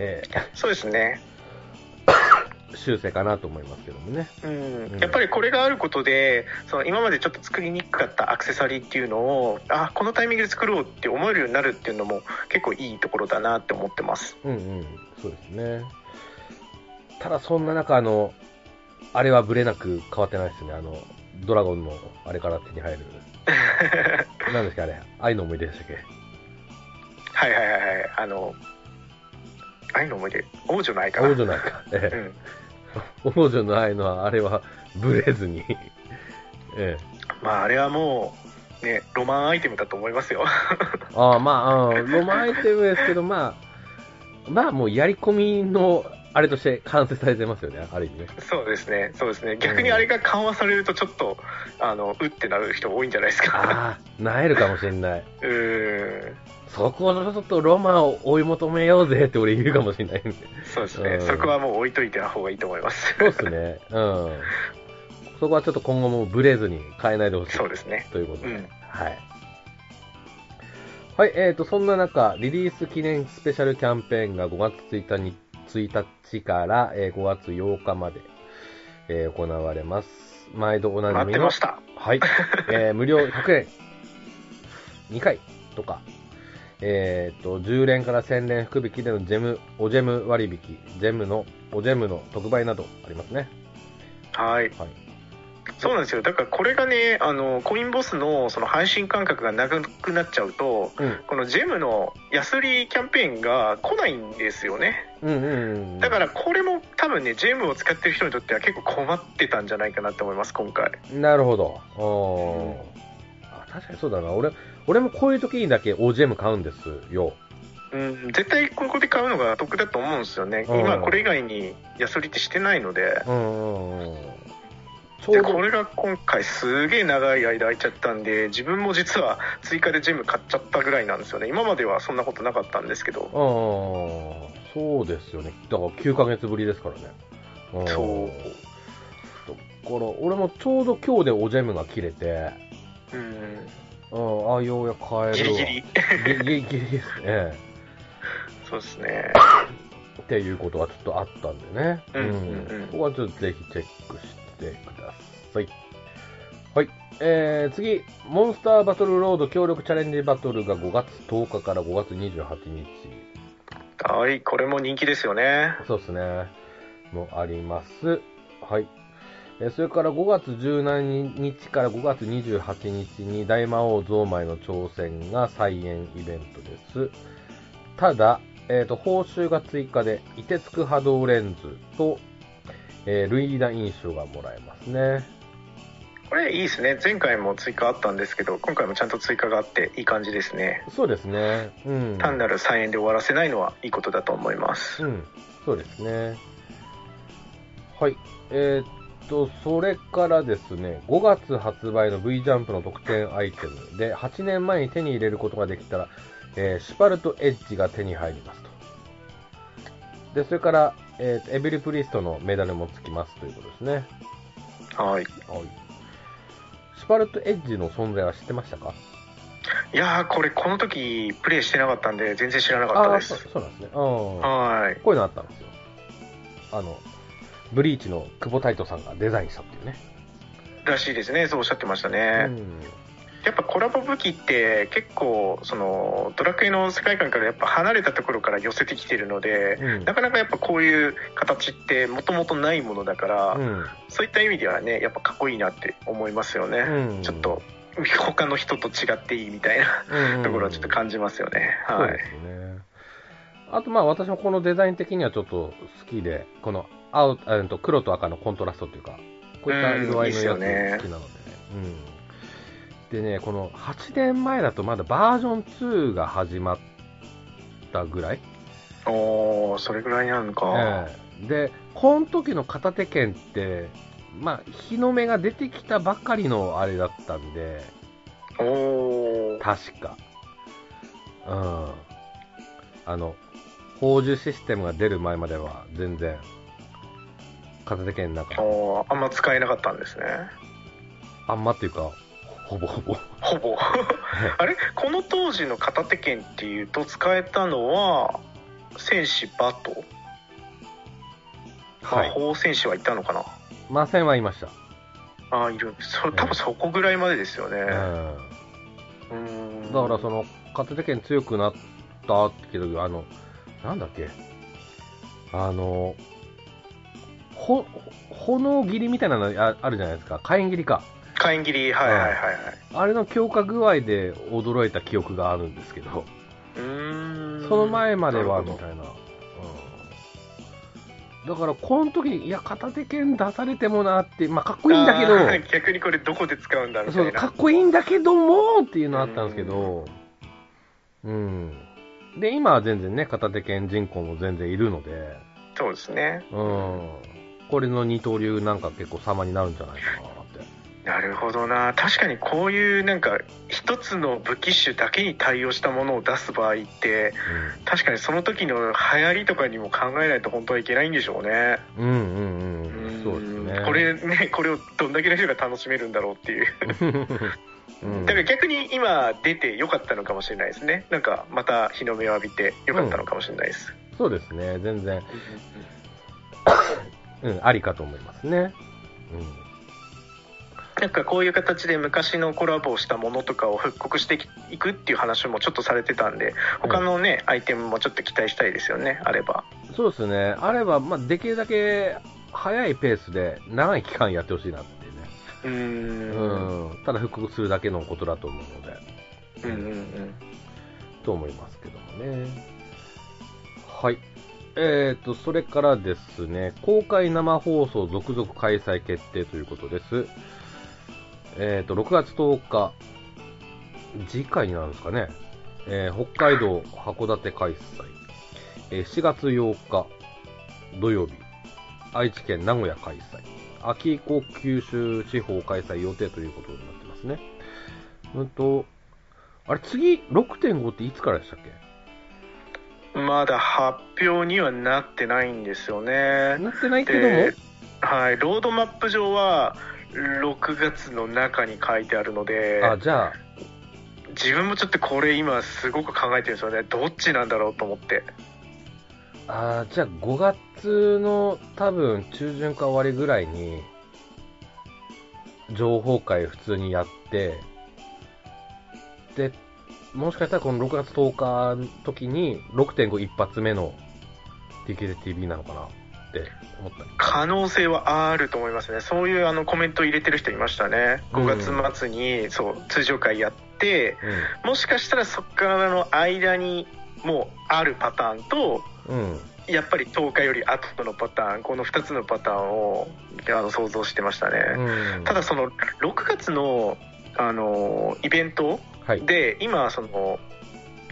Speaker 1: え
Speaker 2: そうですね
Speaker 1: ー修正かなと思いますけどもね。
Speaker 2: うん
Speaker 1: うん
Speaker 2: やっぱりこれがあることでその今までちょっと作りにくかったアクセサリーっていうのをあこのタイミングで作ろうって思えるようになるっていうのも結構いいところだなって思ってます
Speaker 1: うんうん。そうですね。ただそんな中、あの、あれはブレなく変わってないですね。あの、ドラゴンのあれから手に入る。なんですかあれ愛の思い出でしたっけ
Speaker 2: はいはいはいはいあの愛の思い出王女の愛かな
Speaker 1: 王女の愛 か。
Speaker 2: う
Speaker 1: え
Speaker 2: ん、
Speaker 1: え、王女の愛のあれはブレずに。ええ、
Speaker 2: まああれはもうねロマンアイテムだと思いますよ
Speaker 1: ああまあ、あのロマンアイテムですけど、まあ、まあもうやり込みのあれとして完成されてますよね、ある意味ね。
Speaker 2: そうですねそうですね逆にあれが緩和されるとちょっとあのうってなる人多いんじゃないですか
Speaker 1: ああ、 なえるかもしれない。
Speaker 2: うーん
Speaker 1: そこのちょっとロマンを追い求めようぜって俺言うかもしれないんで。
Speaker 2: そうですね
Speaker 1: うん
Speaker 2: そこはもう置いといた方がいいと 思います
Speaker 1: そうですね。うん。そこはちょっと今後もブレずに変えないでほしい。
Speaker 2: そうですね
Speaker 1: ということ
Speaker 2: う
Speaker 1: で。
Speaker 2: ん
Speaker 1: はい。はい、えーと、そんな中、リリース記念スペシャルキャンペーンが5月1日に1日から、えー5月8日まで、えー行われます。毎度おなじ
Speaker 2: 待っ
Speaker 1: み
Speaker 2: て
Speaker 1: の
Speaker 2: ま、した
Speaker 1: はい、えー無料100円、2回とか、えーと、10連から1000連福引きでのジェム、おジェム割引、ジェムの、おジェムの特売などありますね。
Speaker 2: はい
Speaker 1: はい。
Speaker 2: そうなんですよだからこれがねあのコインボスのその配信感覚が長くなっちゃうと
Speaker 1: うん。
Speaker 2: このジェムの安売りキャンペーンが来ないんですよね
Speaker 1: うんうんうん。
Speaker 2: だからこれも多分ねジェムを使ってる人にとっては結構困ってたんじゃないかなと思います今回
Speaker 1: なるほど。おーあ確かにそうだな。俺、俺もこういう時にだけ OGM 買うんですよ。
Speaker 2: うん絶対ここで買うのが得だと思うんですよね
Speaker 1: うん
Speaker 2: 今これ以外に安売りってしてないので
Speaker 1: うんうんうん。ちょ
Speaker 2: で
Speaker 1: うど
Speaker 2: こ、れが今回すげえ長い間空いちゃったんで自分も実は追加でジェム買っちゃったぐらいなんですよね今まではそんなことなかったんですけど
Speaker 1: うんうんうん、そうですよね。だから9ヶ月ぶりですからね。うん
Speaker 2: そう。
Speaker 1: だから、俺もちょうど今日で OGM が切れて、
Speaker 2: うん
Speaker 1: うん、あ、ようやく買えるわ。
Speaker 2: ギリ
Speaker 1: ギリ
Speaker 2: ギリ
Speaker 1: ギリ。ギリギリですね。え
Speaker 2: そうですね
Speaker 1: えっていうことはちょっとあったんでね。
Speaker 2: うんうんうん
Speaker 1: ここはちょっとぜひチェックしてください。はい。えー、次、モンスターバトルロード協力チャレンジバトルが5月10日から5月28日。
Speaker 2: はいこれも人気ですよね
Speaker 1: そうですね。もあります。はい。えーそれから5月17日から5月28日に大魔王ゾーマイの挑戦が再演イベントです。ただ、えーと、報酬が追加で、凍てつく波動レンズと、えールイーダ印象がもらえますね。
Speaker 2: これいいですね前回も追加あったんですけど今回もちゃんと追加があっていい感じですね
Speaker 1: そうですね。うん。
Speaker 2: 単なる3円で終わらせないのはいいことだと思います、
Speaker 1: うん、そうですね。はい。えーっと、それからですね、5月発売の V ジャンプの特典アイテムで、8年前に手に入れることができたら、えーシュパルトエッジが手に入りますと。で、それから、えーとエビル・プリストのメダルもつきますということですね。
Speaker 2: はい
Speaker 1: はい。シュパルトエッジの存在は知ってましたか
Speaker 2: いやーこれこの時プレイしてなかったんで全然知らなかったで
Speaker 1: ーそう
Speaker 2: す
Speaker 1: そうなんですね。うん。
Speaker 2: はい
Speaker 1: こういうのあったんですよ。あの、ブリーチの久保太斗さんがデザインしたっていうね。
Speaker 2: らしいですねそうおっしゃってましたね、
Speaker 1: うん
Speaker 2: やっぱコラボ武器って結構そのドラクエの世界観からやっぱ離れたところから寄せてきてるので、
Speaker 1: うん
Speaker 2: なかなかやっぱこういう形ってもともとないものだから、そういった意味ではねやっぱかっこいいなって思いますよね、
Speaker 1: うん
Speaker 2: ちょっと他の人と違っていいみたいな
Speaker 1: うん
Speaker 2: ところはちょっと感じますよね、
Speaker 1: そう
Speaker 2: は
Speaker 1: で
Speaker 2: い
Speaker 1: すね。あと、まあ、私もこのデザイン的にはちょっと好きで、この青、えっと、黒と赤のコントラストというか、こういった色合いの
Speaker 2: うんいい
Speaker 1: や
Speaker 2: っ
Speaker 1: つ
Speaker 2: す
Speaker 1: 好きなのでね。うん。でね、この8年前だとまだバージョン2が始まったぐらい
Speaker 2: おーそれぐらいなのか、
Speaker 1: ええで、この時の片手剣って、まあ、日の目が出てきたばかりのあれだったんで、
Speaker 2: おー
Speaker 1: 確か。うん。あの、宝珠システムが出る前までは全然、片手剣なんか、
Speaker 2: おーあんま使えなかったんですね
Speaker 1: あんまっていうか、ほぼほぼ。
Speaker 2: ほぼ あれこの当時の片手剣っていうと使えたのは戦士バト
Speaker 1: は
Speaker 2: 魔
Speaker 1: い。
Speaker 2: 法戦士はいたのかな、
Speaker 1: 魔戦はいました。
Speaker 2: ああいるそ多
Speaker 1: ええ
Speaker 2: 分そこぐらいまでですよね、
Speaker 1: うん。
Speaker 2: うーん
Speaker 1: だからその片手剣強くなったってけど、あの、なんだっけ、あの、ほ、炎切りみたいなのああるじゃないですか。火炎切りか。
Speaker 2: 火炎切りはいはいはいはい
Speaker 1: あれの強化具合で驚いた記憶があるんですけど、
Speaker 2: うーん
Speaker 1: その前までは
Speaker 2: なる
Speaker 1: み
Speaker 2: ほど
Speaker 1: たいな。うんだから、この時に、いや、片手剣出されてもなって、まあ、かっこいいんだけど、
Speaker 2: あー逆にこれどこで使うんだみた
Speaker 1: そ
Speaker 2: いうな
Speaker 1: かっこいいんだけどもっていうのあったんですけど、うん。で、今は全然ね、片手剣人口も全然いるので、
Speaker 2: そうですね
Speaker 1: うん。これの二刀流なんか結構様になるんじゃないかなって。
Speaker 2: なるほどな確かにこういうなんか一つの武器種だけに対応したものを出す場合って確かにその時の流行りとかにも考えないと本当はいけないんでしょうね
Speaker 1: うん。うんうんうん。
Speaker 2: ん
Speaker 1: そうですね。
Speaker 2: これねこれをどんだけの人が楽しめるんだろうっていう
Speaker 1: うん、
Speaker 2: だから逆に今出てよかったのかもしれないですねなんかまた日の目を浴びてよかったのかもしれないです、
Speaker 1: そうですね。全然、うん、ありかと思いますね。
Speaker 2: なんかこういう形で昔のコラボをしたものとかを復刻していくっていう話もちょっとされてたんで他のね、アイテムもちょっと期待したいですよねあれば
Speaker 1: うん。そうですね。あれば、まあ、できるだけ早いペースで、長い期間やってほしいなっていうね。
Speaker 2: うーん
Speaker 1: うん、ただ復刻するだけのことだと思うので、
Speaker 2: うんうんうん
Speaker 1: と思いますけどもね。はい。えーと、それからですね、公開生放送続々開催決定ということです。えーと、6月10日、次回になるんですかね、えー北海道函館開催、えー4月8日土曜日、愛知県名古屋開催、秋以降九州地方開催予定ということになってますね。うんと、あれ次6.5っていつからでしたっけ
Speaker 2: まだ発表にはなってないんですよね
Speaker 1: なってないけども、
Speaker 2: で、はい、ロードマップ上は6月の中に書いてあるので
Speaker 1: あ、じゃあ、
Speaker 2: 自分もちょっとこれ今すごく考えてるんですよねどっちなんだろうと思って
Speaker 1: あーじゃあ5月の多分中旬か終わりぐらいに、情報会普通にやって、で、もしかしたらこの6月10日の時に6.5一発目の TKTV なのかなって思った
Speaker 2: 可能性はあると思いますね、そういうあのコメント入れてる人いましたね、
Speaker 1: うん
Speaker 2: 5月末に、そう通常会やって、
Speaker 1: り
Speaker 2: もしかしたらそこからの間にもうあるパターンと、
Speaker 1: うん、うん、
Speaker 2: やっぱり10日より後のパターン、この2つのパターンをあの想像してましたね。
Speaker 1: うん
Speaker 2: ただ、その6月のあのイベント
Speaker 1: はい、
Speaker 2: で今その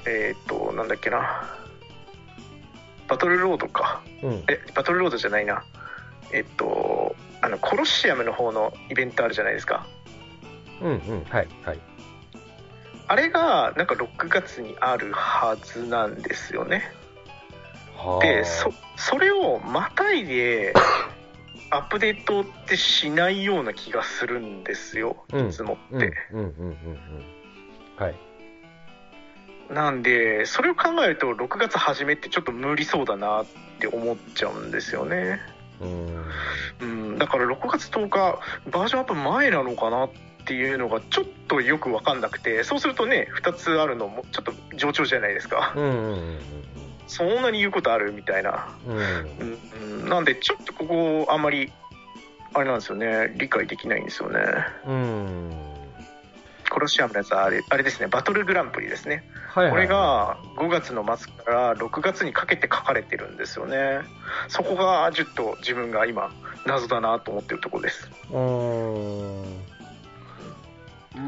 Speaker 2: えーっ、となんだっけなバトルロードか
Speaker 1: うん、
Speaker 2: えバトルロードじゃないなえっとあのコロシアムの方のイベントあるじゃないですか
Speaker 1: うん、うん、はい、はい。
Speaker 2: あれがなんか6月にあるはずなんですよね
Speaker 1: は
Speaker 2: でそそれをまた いでアップデートってしないような気がするんですよ
Speaker 1: うん
Speaker 2: いつもって、
Speaker 1: うん、うん、うん、うん、うん。はい。
Speaker 2: なんでそれを考えると6月初めってちょっと無理そうだなって思っちゃうんですよね
Speaker 1: うーん。
Speaker 2: うん、だから6月10日バージョンアップ前なのかなっていうのがちょっとよく分かんなくてそうするとね2つあるのもちょっと冗長じゃないですか
Speaker 1: うん、うん、うん
Speaker 2: そんなに言うことあるみたいな、
Speaker 1: うん、うん。
Speaker 2: うんうん、なんでちょっとここあんまりあれなんですよね理解できないんですよね
Speaker 1: うーん。
Speaker 2: コロシアムのやつはあれあれですねバトルグランプリですね
Speaker 1: はい、はい。
Speaker 2: これ、が5月の末から6月にかけて書かれてるんですよねそこがちょっと自分が今謎だなと思ってるところです
Speaker 1: うーん。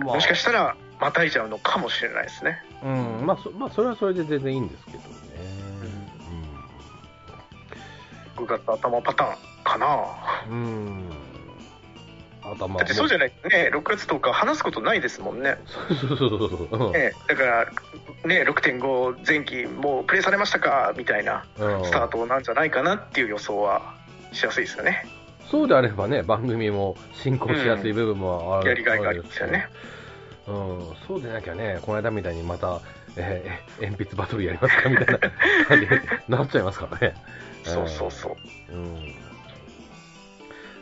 Speaker 1: まあ
Speaker 2: もしかしたらまたいちゃうのかもしれないですね。
Speaker 1: うん、まあ、そまあ、それはそれで全然いいんですけどね。
Speaker 2: 5月頭パターンかな。
Speaker 1: うん。うん。あとはまあ、
Speaker 2: だってそうじゃないとね、6月10日話すことないですもんね。
Speaker 1: そうそうそうそうそう。うん
Speaker 2: ねだから、ね、6.5前期もうプレイされましたかみたいな
Speaker 1: うん
Speaker 2: スタートなんじゃないかなっていう予想はしやすいですよね。
Speaker 1: そうであればね、番組も進行しやすい部分もある、
Speaker 2: やりがいがありますよね。
Speaker 1: うん、そうでなきゃね、この間みたいにまた、えーえ鉛筆バトルやりますかみたいな 感じになっちゃいますからね。
Speaker 2: そうそうそう。
Speaker 1: うん。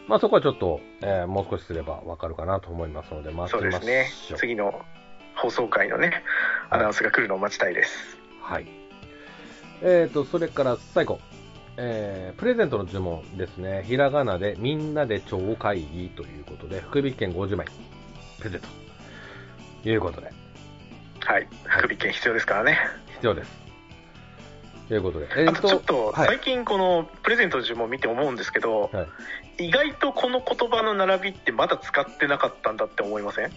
Speaker 1: まあそこはちょっと、えーもう少しすればわかるかなと思いますので、待
Speaker 2: そ
Speaker 1: っ
Speaker 2: う
Speaker 1: てみ
Speaker 2: で
Speaker 1: ますしょう。
Speaker 2: ね。次の放送回のね、アナウンスが来るのを待ちたいです。
Speaker 1: はい。えーと、それから最後。えー、プレゼントの注文ですね。ひらがなでみんなで超会議ということで、福引券50枚、プレゼント。ということで、
Speaker 2: はい。福引券必要ですからね。
Speaker 1: 必要です。ということで、え
Speaker 2: あとちょっと
Speaker 1: はい
Speaker 2: 最近このプレゼントの呪文見て思うんですけど、
Speaker 1: はい
Speaker 2: 意外とこの言葉の並びってまだ使ってなかったんだって思いません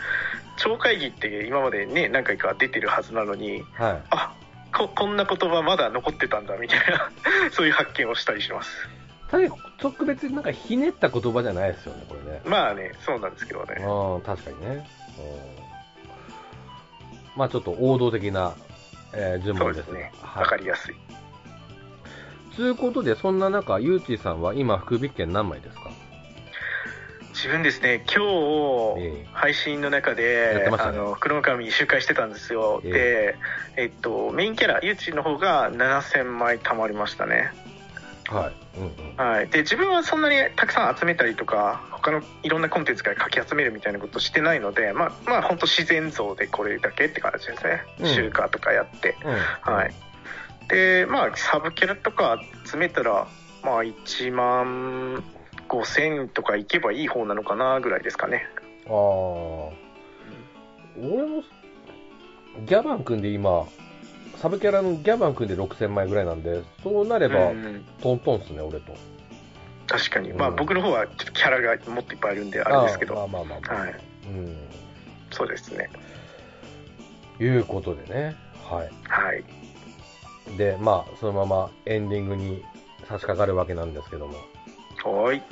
Speaker 2: 超会議って今までね何回か出てるはずなのに
Speaker 1: はい。
Speaker 2: あここんな言葉まだ残ってたんだみたいな そういう発見をしたりします
Speaker 1: 確かに特別になんかひねった言葉じゃないですよね、これね。
Speaker 2: まあねそうなんですけどね
Speaker 1: うん、確かにね。うん、まあちょっと王道的な、えー順
Speaker 2: そう
Speaker 1: 番
Speaker 2: で
Speaker 1: です
Speaker 2: す
Speaker 1: が
Speaker 2: ね
Speaker 1: はい
Speaker 2: わかりやすい
Speaker 1: ということで、そんな中、ゆうちーさんは今、福引券何枚ですか
Speaker 2: 自分ですね今日
Speaker 1: え
Speaker 2: 配信の中
Speaker 1: やっ
Speaker 2: で
Speaker 1: て、ました
Speaker 2: あ
Speaker 1: ね
Speaker 2: の黒髪周回してたんですよ、
Speaker 1: ええ
Speaker 2: で、えっと、メインキャラゆうちの方が7000枚貯まりましたね、
Speaker 1: えはい。うんうん。
Speaker 2: はい、で自分はそんなにたくさん集めたりとか他のいろんなコンテンツからかき集めるみたいなことしてないのでまあまあ本当自然像でこれだけって感じですね、
Speaker 1: うん
Speaker 2: 集荷とかやって
Speaker 1: うん、
Speaker 2: はい。でまあサブキャラとか集めたらまあ1万5000とかいけばいい方なのかなぐらいですかね
Speaker 1: ああ。俺も、ギャバン君で今、サブキャラのギャバン君で6000枚ぐらいなんで、そうなれば
Speaker 2: う、ん
Speaker 1: トントンっすね、俺と。
Speaker 2: 確かに、
Speaker 1: うん
Speaker 2: まあ僕の方はちょっとキャラがもっといっぱいいるんであれですけど
Speaker 1: あーまあまあまあ、まあ。
Speaker 2: はい
Speaker 1: うん。
Speaker 2: そうですね
Speaker 1: いうことでね。はい。
Speaker 2: はい
Speaker 1: で、まあ、そのままエンディングに差し掛かるわけなんですけども、
Speaker 2: おい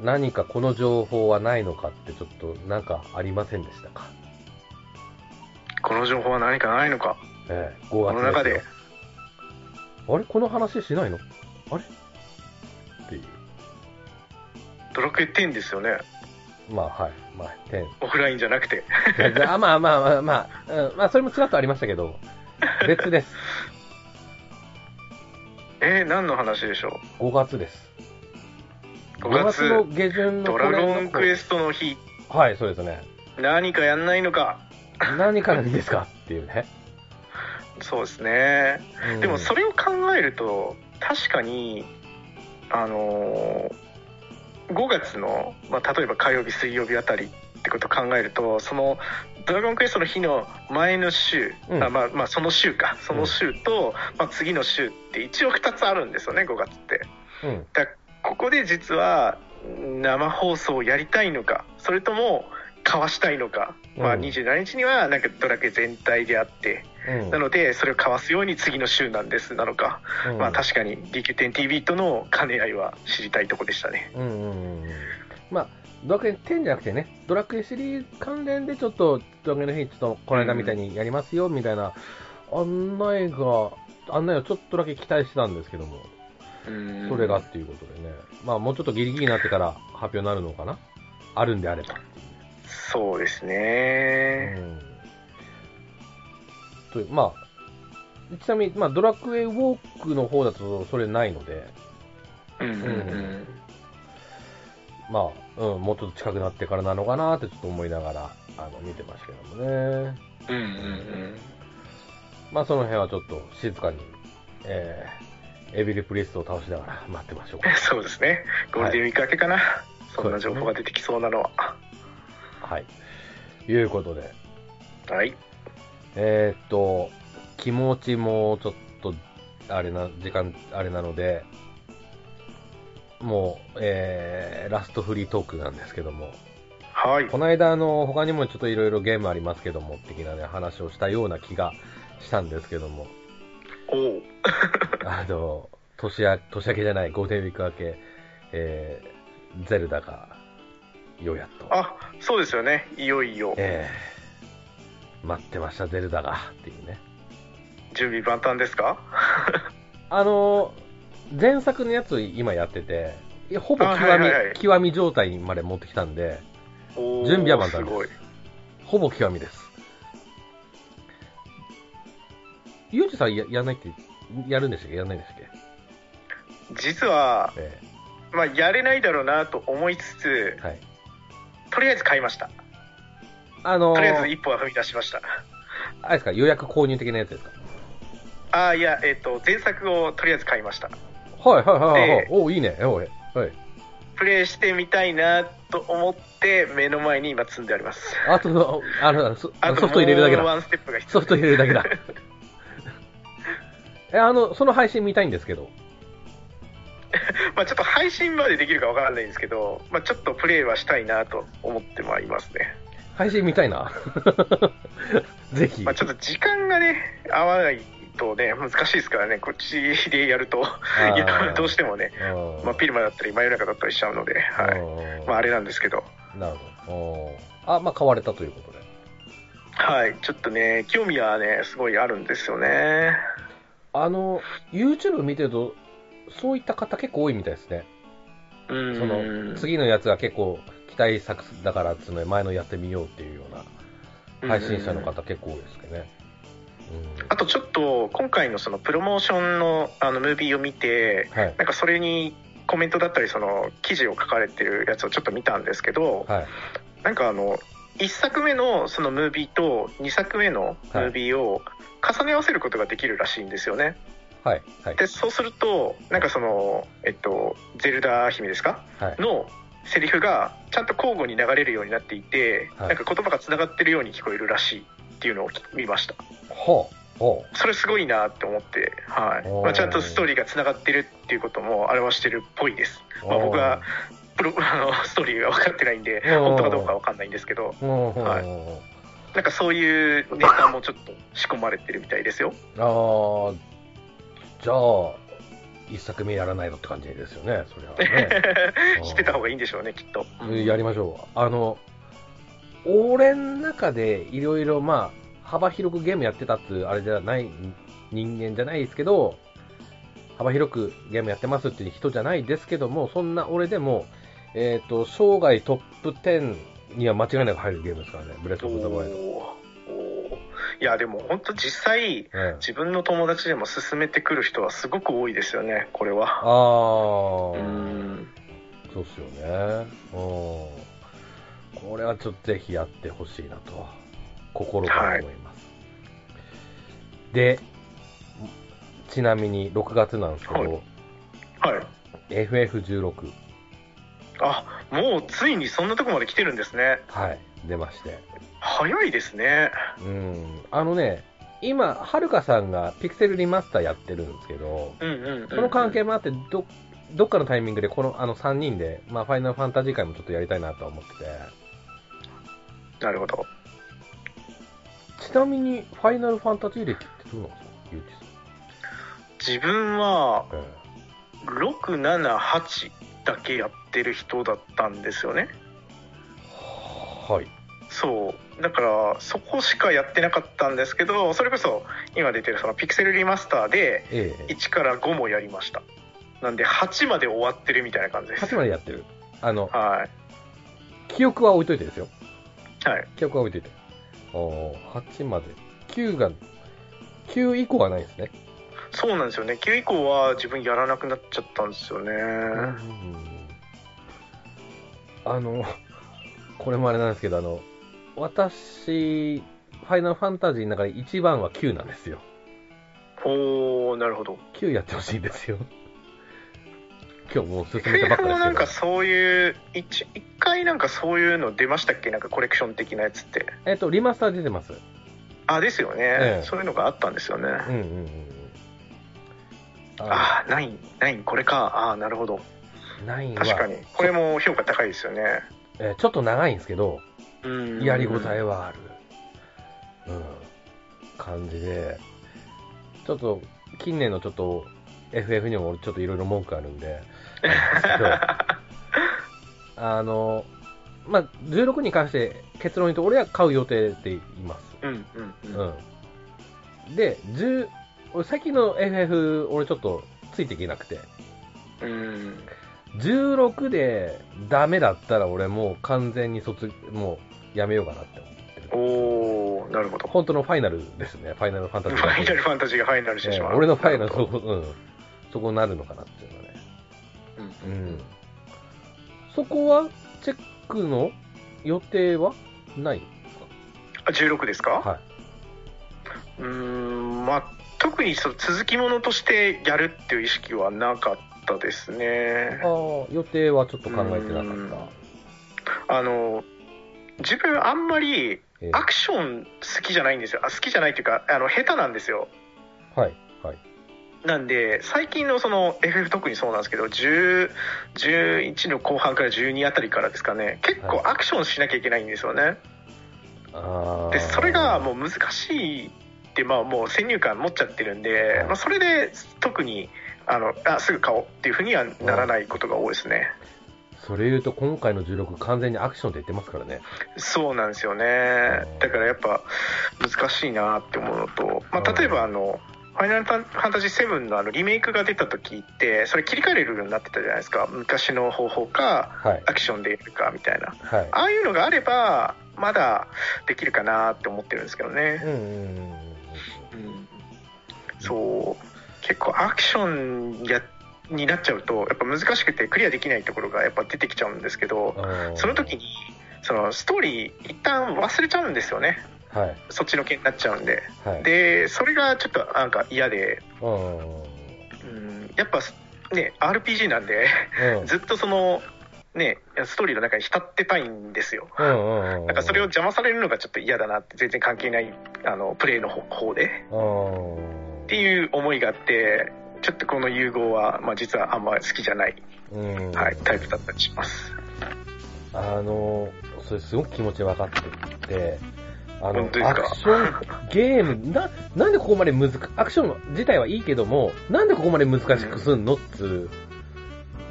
Speaker 1: 何かこの情報はないのかって、ちょっとなんかありませんでしたか
Speaker 2: この情報は何かないのか
Speaker 1: ええ、5
Speaker 2: こ
Speaker 1: 月
Speaker 2: の中
Speaker 1: すよ
Speaker 2: で
Speaker 1: あれこの話しないのあれっていう。
Speaker 2: ドラクエ10ですよね
Speaker 1: まあ、はい。まあ、点。
Speaker 2: オフラインじゃなくて
Speaker 1: あまあまあまあまあ、うん、まあ、それもちらっとありましたけど、別です。
Speaker 2: えー、何の話でしょ
Speaker 1: 5月です。
Speaker 2: 5
Speaker 1: 5
Speaker 2: 月
Speaker 1: 月の下旬
Speaker 2: う
Speaker 1: の
Speaker 2: ド
Speaker 1: こ
Speaker 2: ラ
Speaker 1: れの
Speaker 2: ゴンクエストの日
Speaker 1: はい、そうですね。
Speaker 2: 何かやんないのか
Speaker 1: 何からですかっていうね。
Speaker 2: そうですね
Speaker 1: うん
Speaker 2: でもそれを考えると確かにあのー5月の、まあ、例えば火曜日水曜日あたりってことを考えるとその「ドラゴンクエスト」の日の前の週、
Speaker 1: うん
Speaker 2: あまあまあその週かその週と、まあ、次の週って一応2つあるんですよね5月って。
Speaker 1: うん。
Speaker 2: ここで実は生放送をやりたいのかそれともかわしたいのか、まあ、
Speaker 1: うん
Speaker 2: 27日にはなんかドラケ全体であって、
Speaker 1: うん。
Speaker 2: なのでそれをかわすように次の週なんですなのか、
Speaker 1: うん
Speaker 2: まあ確かに DQ10TV との兼ね合いは知りたいとこでしたね
Speaker 1: うんうんうん。まあ、ドラクエ10じゃなくてね、ドラクエシリーズ関連でちょっと、ドラクエの日、ちょっとこの間みたいにやりますよ、みたいな案内が、案内をちょっとだけ期待してたんですけども、それがっていうことでね、まあもうちょっとギリギリになってから発表になるのかなあるんであれば。
Speaker 2: そうです
Speaker 1: う
Speaker 2: ね
Speaker 1: ん。という、まあ、ちなみに、まあ、ドラクエウォークの方だとそれないので、
Speaker 2: うんうん
Speaker 1: うんまあ、うん、もうちょっと近くなってからなのかなってちょっと思いながら、あの、見てましたけどもね。
Speaker 2: うんうんうん
Speaker 1: まあ、その辺はちょっと静かに、えー、エビルプリストを倒しながら 待ってましょうか
Speaker 2: うん。そうですねゴールデンウィーク明けかな、そんな情報が出てきそうなのは
Speaker 1: はい。いうことで、
Speaker 2: はい
Speaker 1: えーっと、気持ちもちょっと、あれな、時間、あれなので、もう、えー、ラストフリートークなんですけども、
Speaker 2: はい
Speaker 1: この間、あの、他にもちょっといろいろゲームありますけども、的なね、話をしたような気がしたんですけども、
Speaker 2: おおう
Speaker 1: あの、年明年明けじゃない、ゴールデンウィーク明け、えー、ゼルダが、ようやっと。
Speaker 2: あそうですよねいよいよ
Speaker 1: えー、待ってました、ゼルダが、っていうね。
Speaker 2: 準備万端ですか
Speaker 1: あの、前作のやつ今やってて、いやほぼ極み、
Speaker 2: あはいはいはい
Speaker 1: 極み状態にまで持ってきたんで、
Speaker 2: おー
Speaker 1: 準備は万端です
Speaker 2: すごい
Speaker 1: ほぼ極みです。ユージさんややらないって、やるんでしたっけやらないんでしたっけ
Speaker 2: 実は、
Speaker 1: え
Speaker 2: まあ、やれないだろうなと思いつつ
Speaker 1: えはい。
Speaker 2: とりあえず買いました
Speaker 1: あの
Speaker 2: とりあえず一歩は踏み出しました
Speaker 1: あれですか、予約購入的なやつですか
Speaker 2: ああいやえっ、と前作をとりあえず買いました
Speaker 1: はいはいはいはい。
Speaker 2: ええ
Speaker 1: おいいね。おい。はい。
Speaker 2: プレイしてみたいなと思って目の前に今積んであります
Speaker 1: あとの、あの、そ
Speaker 2: あと
Speaker 1: ソフト入れるだけ
Speaker 2: もう
Speaker 1: だ。
Speaker 2: ワンステップが必
Speaker 1: ソ
Speaker 2: 要
Speaker 1: フト入れるだけ だ。え、あの、その配信見たいんですけど。
Speaker 2: まあちょっと配信までできるかわからないんですけど、まあ、ちょっとプレイはしたいなと思ってまいますね、
Speaker 1: 配信見たいな。 ぜひ。
Speaker 2: まあ、ちょっと時間がね合わないとね難しいですからねこっちでやると いやどうしてもね
Speaker 1: うん
Speaker 2: まあ、ピルマだったり真夜中だったりしちゃうので、はい
Speaker 1: うん
Speaker 2: まあ、あれなんですけど、
Speaker 1: なるほど。おーあ、まあ、買われたということで。
Speaker 2: はい、ちょっとね興味はねすごいあるんですよね
Speaker 1: あの、YouTube 見てると、そういった方結構多いみたいですね。
Speaker 2: うん
Speaker 1: その、次のやつが結構期待作だからっつうので、前のやってみようっていうような。配信者の
Speaker 2: うん
Speaker 1: 方結構多いですけどね。うん
Speaker 2: あとちょっと今回のそのプロモーションのあのムービーを見て
Speaker 1: はい。
Speaker 2: なんかそれにコメントだったりその記事を書かれてるやつをちょっと見たんですけど
Speaker 1: はい。
Speaker 2: なんかあの1作目のそのムービーと2作目のムービーを重ね合わせることができるらしいんですよね。
Speaker 1: はい。はい。
Speaker 2: でそうするとなんかそのえっとゼルダ姫ですか
Speaker 1: はい。
Speaker 2: のセリフがちゃんと交互に流れるようになっていて、
Speaker 1: はい
Speaker 2: なんか言葉がつながってるように聞こえるらしいっていうのをき見ました
Speaker 1: ほう。ほ
Speaker 2: それすごいなって思って、はい
Speaker 1: おー
Speaker 2: まあ、ちゃんとストーリーがつながってるっていうことも表してるっぽいです
Speaker 1: う。
Speaker 2: まあ僕はプロ あのストーリーが分かってないんで
Speaker 1: おー
Speaker 2: 本当かどうか分かんないんですけど
Speaker 1: おー。うんうんうん
Speaker 2: はいなんかそういうネタもちょっと仕込まれてるみたいですよ。
Speaker 1: ああ、じゃあ、一作目やらないのって感じですよね、それはね
Speaker 2: 知ってた方がいいんでしょうねきっと、
Speaker 1: うんやりましょう。あの、俺の中でいろいろ、まあ、幅広くゲームやってたっていうあれじゃない人間じゃないですけど、幅広くゲームやってますっていう人じゃないですけども、そんな俺でも、えっ、と、生涯トップ10には間違いなく入るゲームですからね、ブレス
Speaker 2: お
Speaker 1: オブザワイルド。
Speaker 2: ーおーいやでも本当実際
Speaker 1: うん
Speaker 2: 自分の友達でも勧めてくる人はすごく多いですよねこれは
Speaker 1: あ
Speaker 2: う
Speaker 1: あ、
Speaker 2: ん
Speaker 1: そうっすよね。うん。これはちょっとぜひやってほしいなと、心から思います。で、ちなみに6月なんですけど、
Speaker 2: はいはい。
Speaker 1: FF16。
Speaker 2: あ、もうついにそんなとこまで来てるんですね。
Speaker 1: はい。出まして。
Speaker 2: 早いですね。
Speaker 1: うん。あのね、今、はるかさんがピクセルリマスターやってるんですけど、
Speaker 2: うんうんうんうん
Speaker 1: その関係もあって、ど、どっかのタイミングで、この、あの3人で、まあ、ファイナルファンタジー会もちょっとやりたいなとは思ってて。
Speaker 2: なるほど。
Speaker 1: ちなみに、ファイナルファンタジー歴ってどうなんですかゆう
Speaker 2: 自分は
Speaker 1: きさん。うん
Speaker 2: 678だけやってる人だったんですよね。
Speaker 1: はい。
Speaker 2: そうだからそこしかやってなかったんですけどそれこそ今出てるそのピクセルリマスターで
Speaker 1: ええ
Speaker 2: 1から5もやりましたなんで8まで終わってるみたいな感じです
Speaker 1: 8までやってる。あの、
Speaker 2: は
Speaker 1: 記憶は置いといてですよ。
Speaker 2: いはい
Speaker 1: 記憶は置いといて。おー8まで。9が、9以降はないですね。
Speaker 2: そうなんですよね9以降は自分やらなくなっちゃったんですよね、
Speaker 1: あの、これもあれなんですけど、あの、私、ファイナルファンタジーの中で一番は9なんですよ。
Speaker 2: ほうなるほど
Speaker 1: 9やってほしいんですよ。今日もう進め
Speaker 2: 9
Speaker 1: たばっか
Speaker 2: もなん
Speaker 1: で
Speaker 2: か
Speaker 1: す
Speaker 2: そういう一一回なんかそういうの出ましたっけなんかコレクション的なやつって
Speaker 1: けど。えっと、リマスター出てます。
Speaker 2: あですよね、
Speaker 1: ええ
Speaker 2: そういうのがあったんですよね、
Speaker 1: うんうんうん。あ
Speaker 2: ああないないこれかああなるほど
Speaker 1: の、9は
Speaker 2: 確かにこれも評価高いですよね
Speaker 1: えーちょっと長いんですけど、
Speaker 2: うん
Speaker 1: やりごたえはある、うん、感じで、ちょっと、近年のちょっと、FF にも俺ちょっといろいろ文句あるん で、あの、まあ、16に関して結論言うと、俺は買う予定でいます。
Speaker 2: うんうんうん
Speaker 1: うん。で、10、俺先の FF、俺ちょっとついていけなくて、
Speaker 2: うん
Speaker 1: 16でダメだったら俺もう完全に卒、もうやめようかなって思ってる。
Speaker 2: おおなるほどフ
Speaker 1: 本当のファイナルですね、ファイナルファンタジーだ
Speaker 2: ァ
Speaker 1: け
Speaker 2: イナルファンタジーがファイナルしてしまう、
Speaker 1: ええ俺のファイナル、そこ、うん、そこになるのかなっていうのはね。
Speaker 2: うん
Speaker 1: う
Speaker 2: うん
Speaker 1: ん。そこは、チェックの予定はない
Speaker 2: あ16ですか、
Speaker 1: は
Speaker 2: うーんまあ特にその続きものとしてやるっていう意識はなかったです
Speaker 1: い。
Speaker 2: ね
Speaker 1: ああ、予定はちょっと考えてなか
Speaker 2: うん
Speaker 1: った。
Speaker 2: あの自分あんまり
Speaker 1: ええ
Speaker 2: アクション好きじゃないんですよあ好きじゃないっていうかあの下手なんですよ
Speaker 1: はい、はい。
Speaker 2: なんで最近のその FF 特にそうなんですけど10 11の後半から12あたりからですかね結構アクションしなきゃいけないんですよね、
Speaker 1: ああ。
Speaker 2: でそれがもう難しいってまあもう先入観持っちゃってるんで、まあ、それで特にあのあすぐ買おうっていうふうにはならないことが多いですね、
Speaker 1: それ言うと、今回の16、完全にアクションって言ってますからね。
Speaker 2: そうなんですよね
Speaker 1: ん
Speaker 2: だからやっぱ難しいなって思うのと、ま
Speaker 1: う
Speaker 2: あ、
Speaker 1: ん
Speaker 2: 例えばあの「ファイナルファンタジー7」のあのリメイクが出た時ってそれ切り替えれるようになってたじゃないですか昔の方法か
Speaker 1: はい。
Speaker 2: アクションでやるかみたいな
Speaker 1: はい。
Speaker 2: ああいうのがあればまだできるかなって思ってるんですけどね
Speaker 1: うんうんうんうんうん。
Speaker 2: うんそう結構アクションやになっちゃうとやっぱ難しくてクリアできないところがやっぱ出てきちゃうんですけど
Speaker 1: あー
Speaker 2: その時にそのストーリー一旦忘れちゃうんですよね
Speaker 1: はい、
Speaker 2: そっちのけになっちゃうんで
Speaker 1: はい。
Speaker 2: でそれがちょっとなんか嫌で、
Speaker 1: うんうん
Speaker 2: うん、やっぱね RPG なんで
Speaker 1: うん。
Speaker 2: ずっとそのねストーリーの中に浸ってたいんですよ
Speaker 1: うんうんうん。
Speaker 2: なんかそれを邪魔されるのがちょっと嫌だなって全然関係ないあのプレイの方方で
Speaker 1: うん
Speaker 2: っていう思いがあってちょっとこの融合は、まあ、実はあんまり好きじゃない、
Speaker 1: うん
Speaker 2: はい、タイプだったりします
Speaker 1: あのそれすごく気持ち分かってて、あの
Speaker 2: 本当で
Speaker 1: ア
Speaker 2: すか
Speaker 1: クションゲーム、な、なんでここまで難く、アクション自体はいいけども、なんでここまで難しくすんのっつう、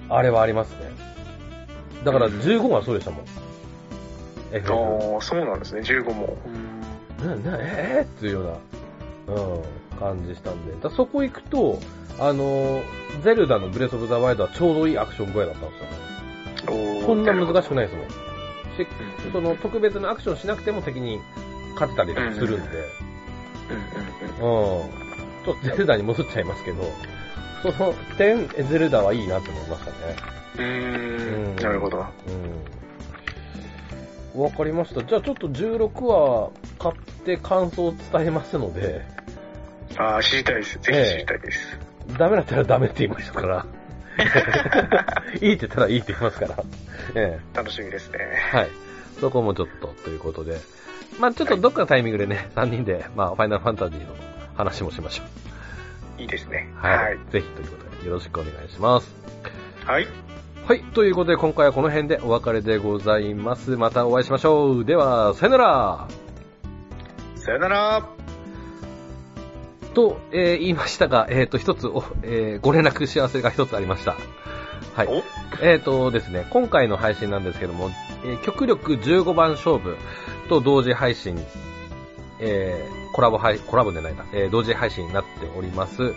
Speaker 1: あれはありますね。だから15はそうでしたもん。
Speaker 2: あ
Speaker 1: FF
Speaker 2: ーそうなんですね15も
Speaker 1: な、な、えー、っていうような、うん、感じしたんで。だそこ行くと、あの、ゼルダのブレスオブザワイルドはちょうどいいアクション具合だったんですよね。そんな難しくないですもん。し
Speaker 2: うん
Speaker 1: その特別なアクションしなくても敵に勝てたりするんで、
Speaker 2: うんうん
Speaker 1: うん。ちょっとゼルダに戻っちゃいますけど、その点、ゼルダはいいなと思いましたね。
Speaker 2: うん
Speaker 1: うん
Speaker 2: うーんなるほど
Speaker 1: うん。わかりました。じゃあちょっと16話買って感想を伝えますので、
Speaker 2: ああ知りたいですぜひ知りたいです、
Speaker 1: ダメだったらダメって言いましたから、いいって言ったらいいって言いますから。え
Speaker 2: 楽しみですね。
Speaker 1: え。はい。そこもちょっとということで。まあちょっとどっかのタイミングでね、3人で、まあファイナルファンタジーの話もしましょう。
Speaker 2: いいですね。
Speaker 1: はい。ぜひということで、よろしくお願いします。
Speaker 2: はい。
Speaker 1: はい。ということで、今回はこの辺でお別れでございます。またお会いしましょう。では、さよなら
Speaker 2: さよなら。
Speaker 1: と、えー言いましたが、えっ、と、一つお、えーご連絡幸せが一つありました。はい。
Speaker 2: お
Speaker 1: えーとですね、今回の配信なんですけども、えー極力15番勝負と同時配信、えーコラボ配、コラボじゃないな、えー同時配信になっております。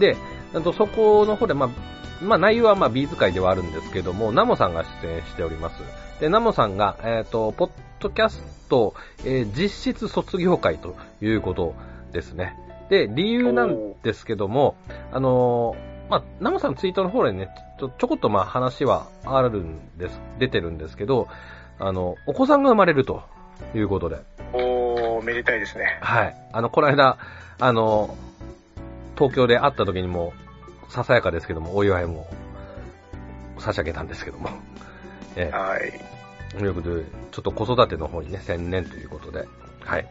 Speaker 1: で、あとそこの方で、まあ、まあ、内容はまあ、ビーズ会ではあるんですけども、ナモさんが出演しております。で、ナモさんが、えっ、と、ポッドキャスト、えー実質卒業会ということですね。で、理由なんですけども、あのーまあ、ナモさんのツイートの方でね、ちょちょこっとまあ話はあるんです、出てるんですけど、あの、お子さんが生まれるということで、
Speaker 2: おー、めでたいですね。
Speaker 1: はい。あの、この間、あの、東京で会った時にも、ささやかですけども、お祝いも差し上げたんですけども、ええ
Speaker 2: はい。
Speaker 1: ということで、ちょっと子育ての方にね、専念ということで、はい。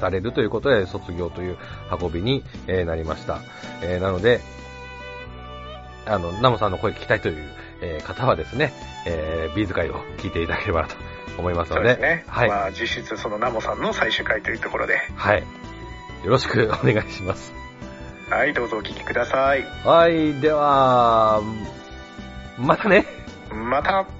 Speaker 1: されるということで、卒業という運びに、えーなりました。えーなので、あの、ナモさんの声聞きたいという、えー方はですね、えー、ビーズ会を聞いていただければなと思います
Speaker 2: そ
Speaker 1: の
Speaker 2: う
Speaker 1: で、
Speaker 2: ですね。
Speaker 1: はい。
Speaker 2: まあ、実質、そのナモさんの最終回というところで。
Speaker 1: はい。よろしくお願いします。
Speaker 2: はい、どうぞお聞きください。
Speaker 1: はい、では、またね
Speaker 2: また。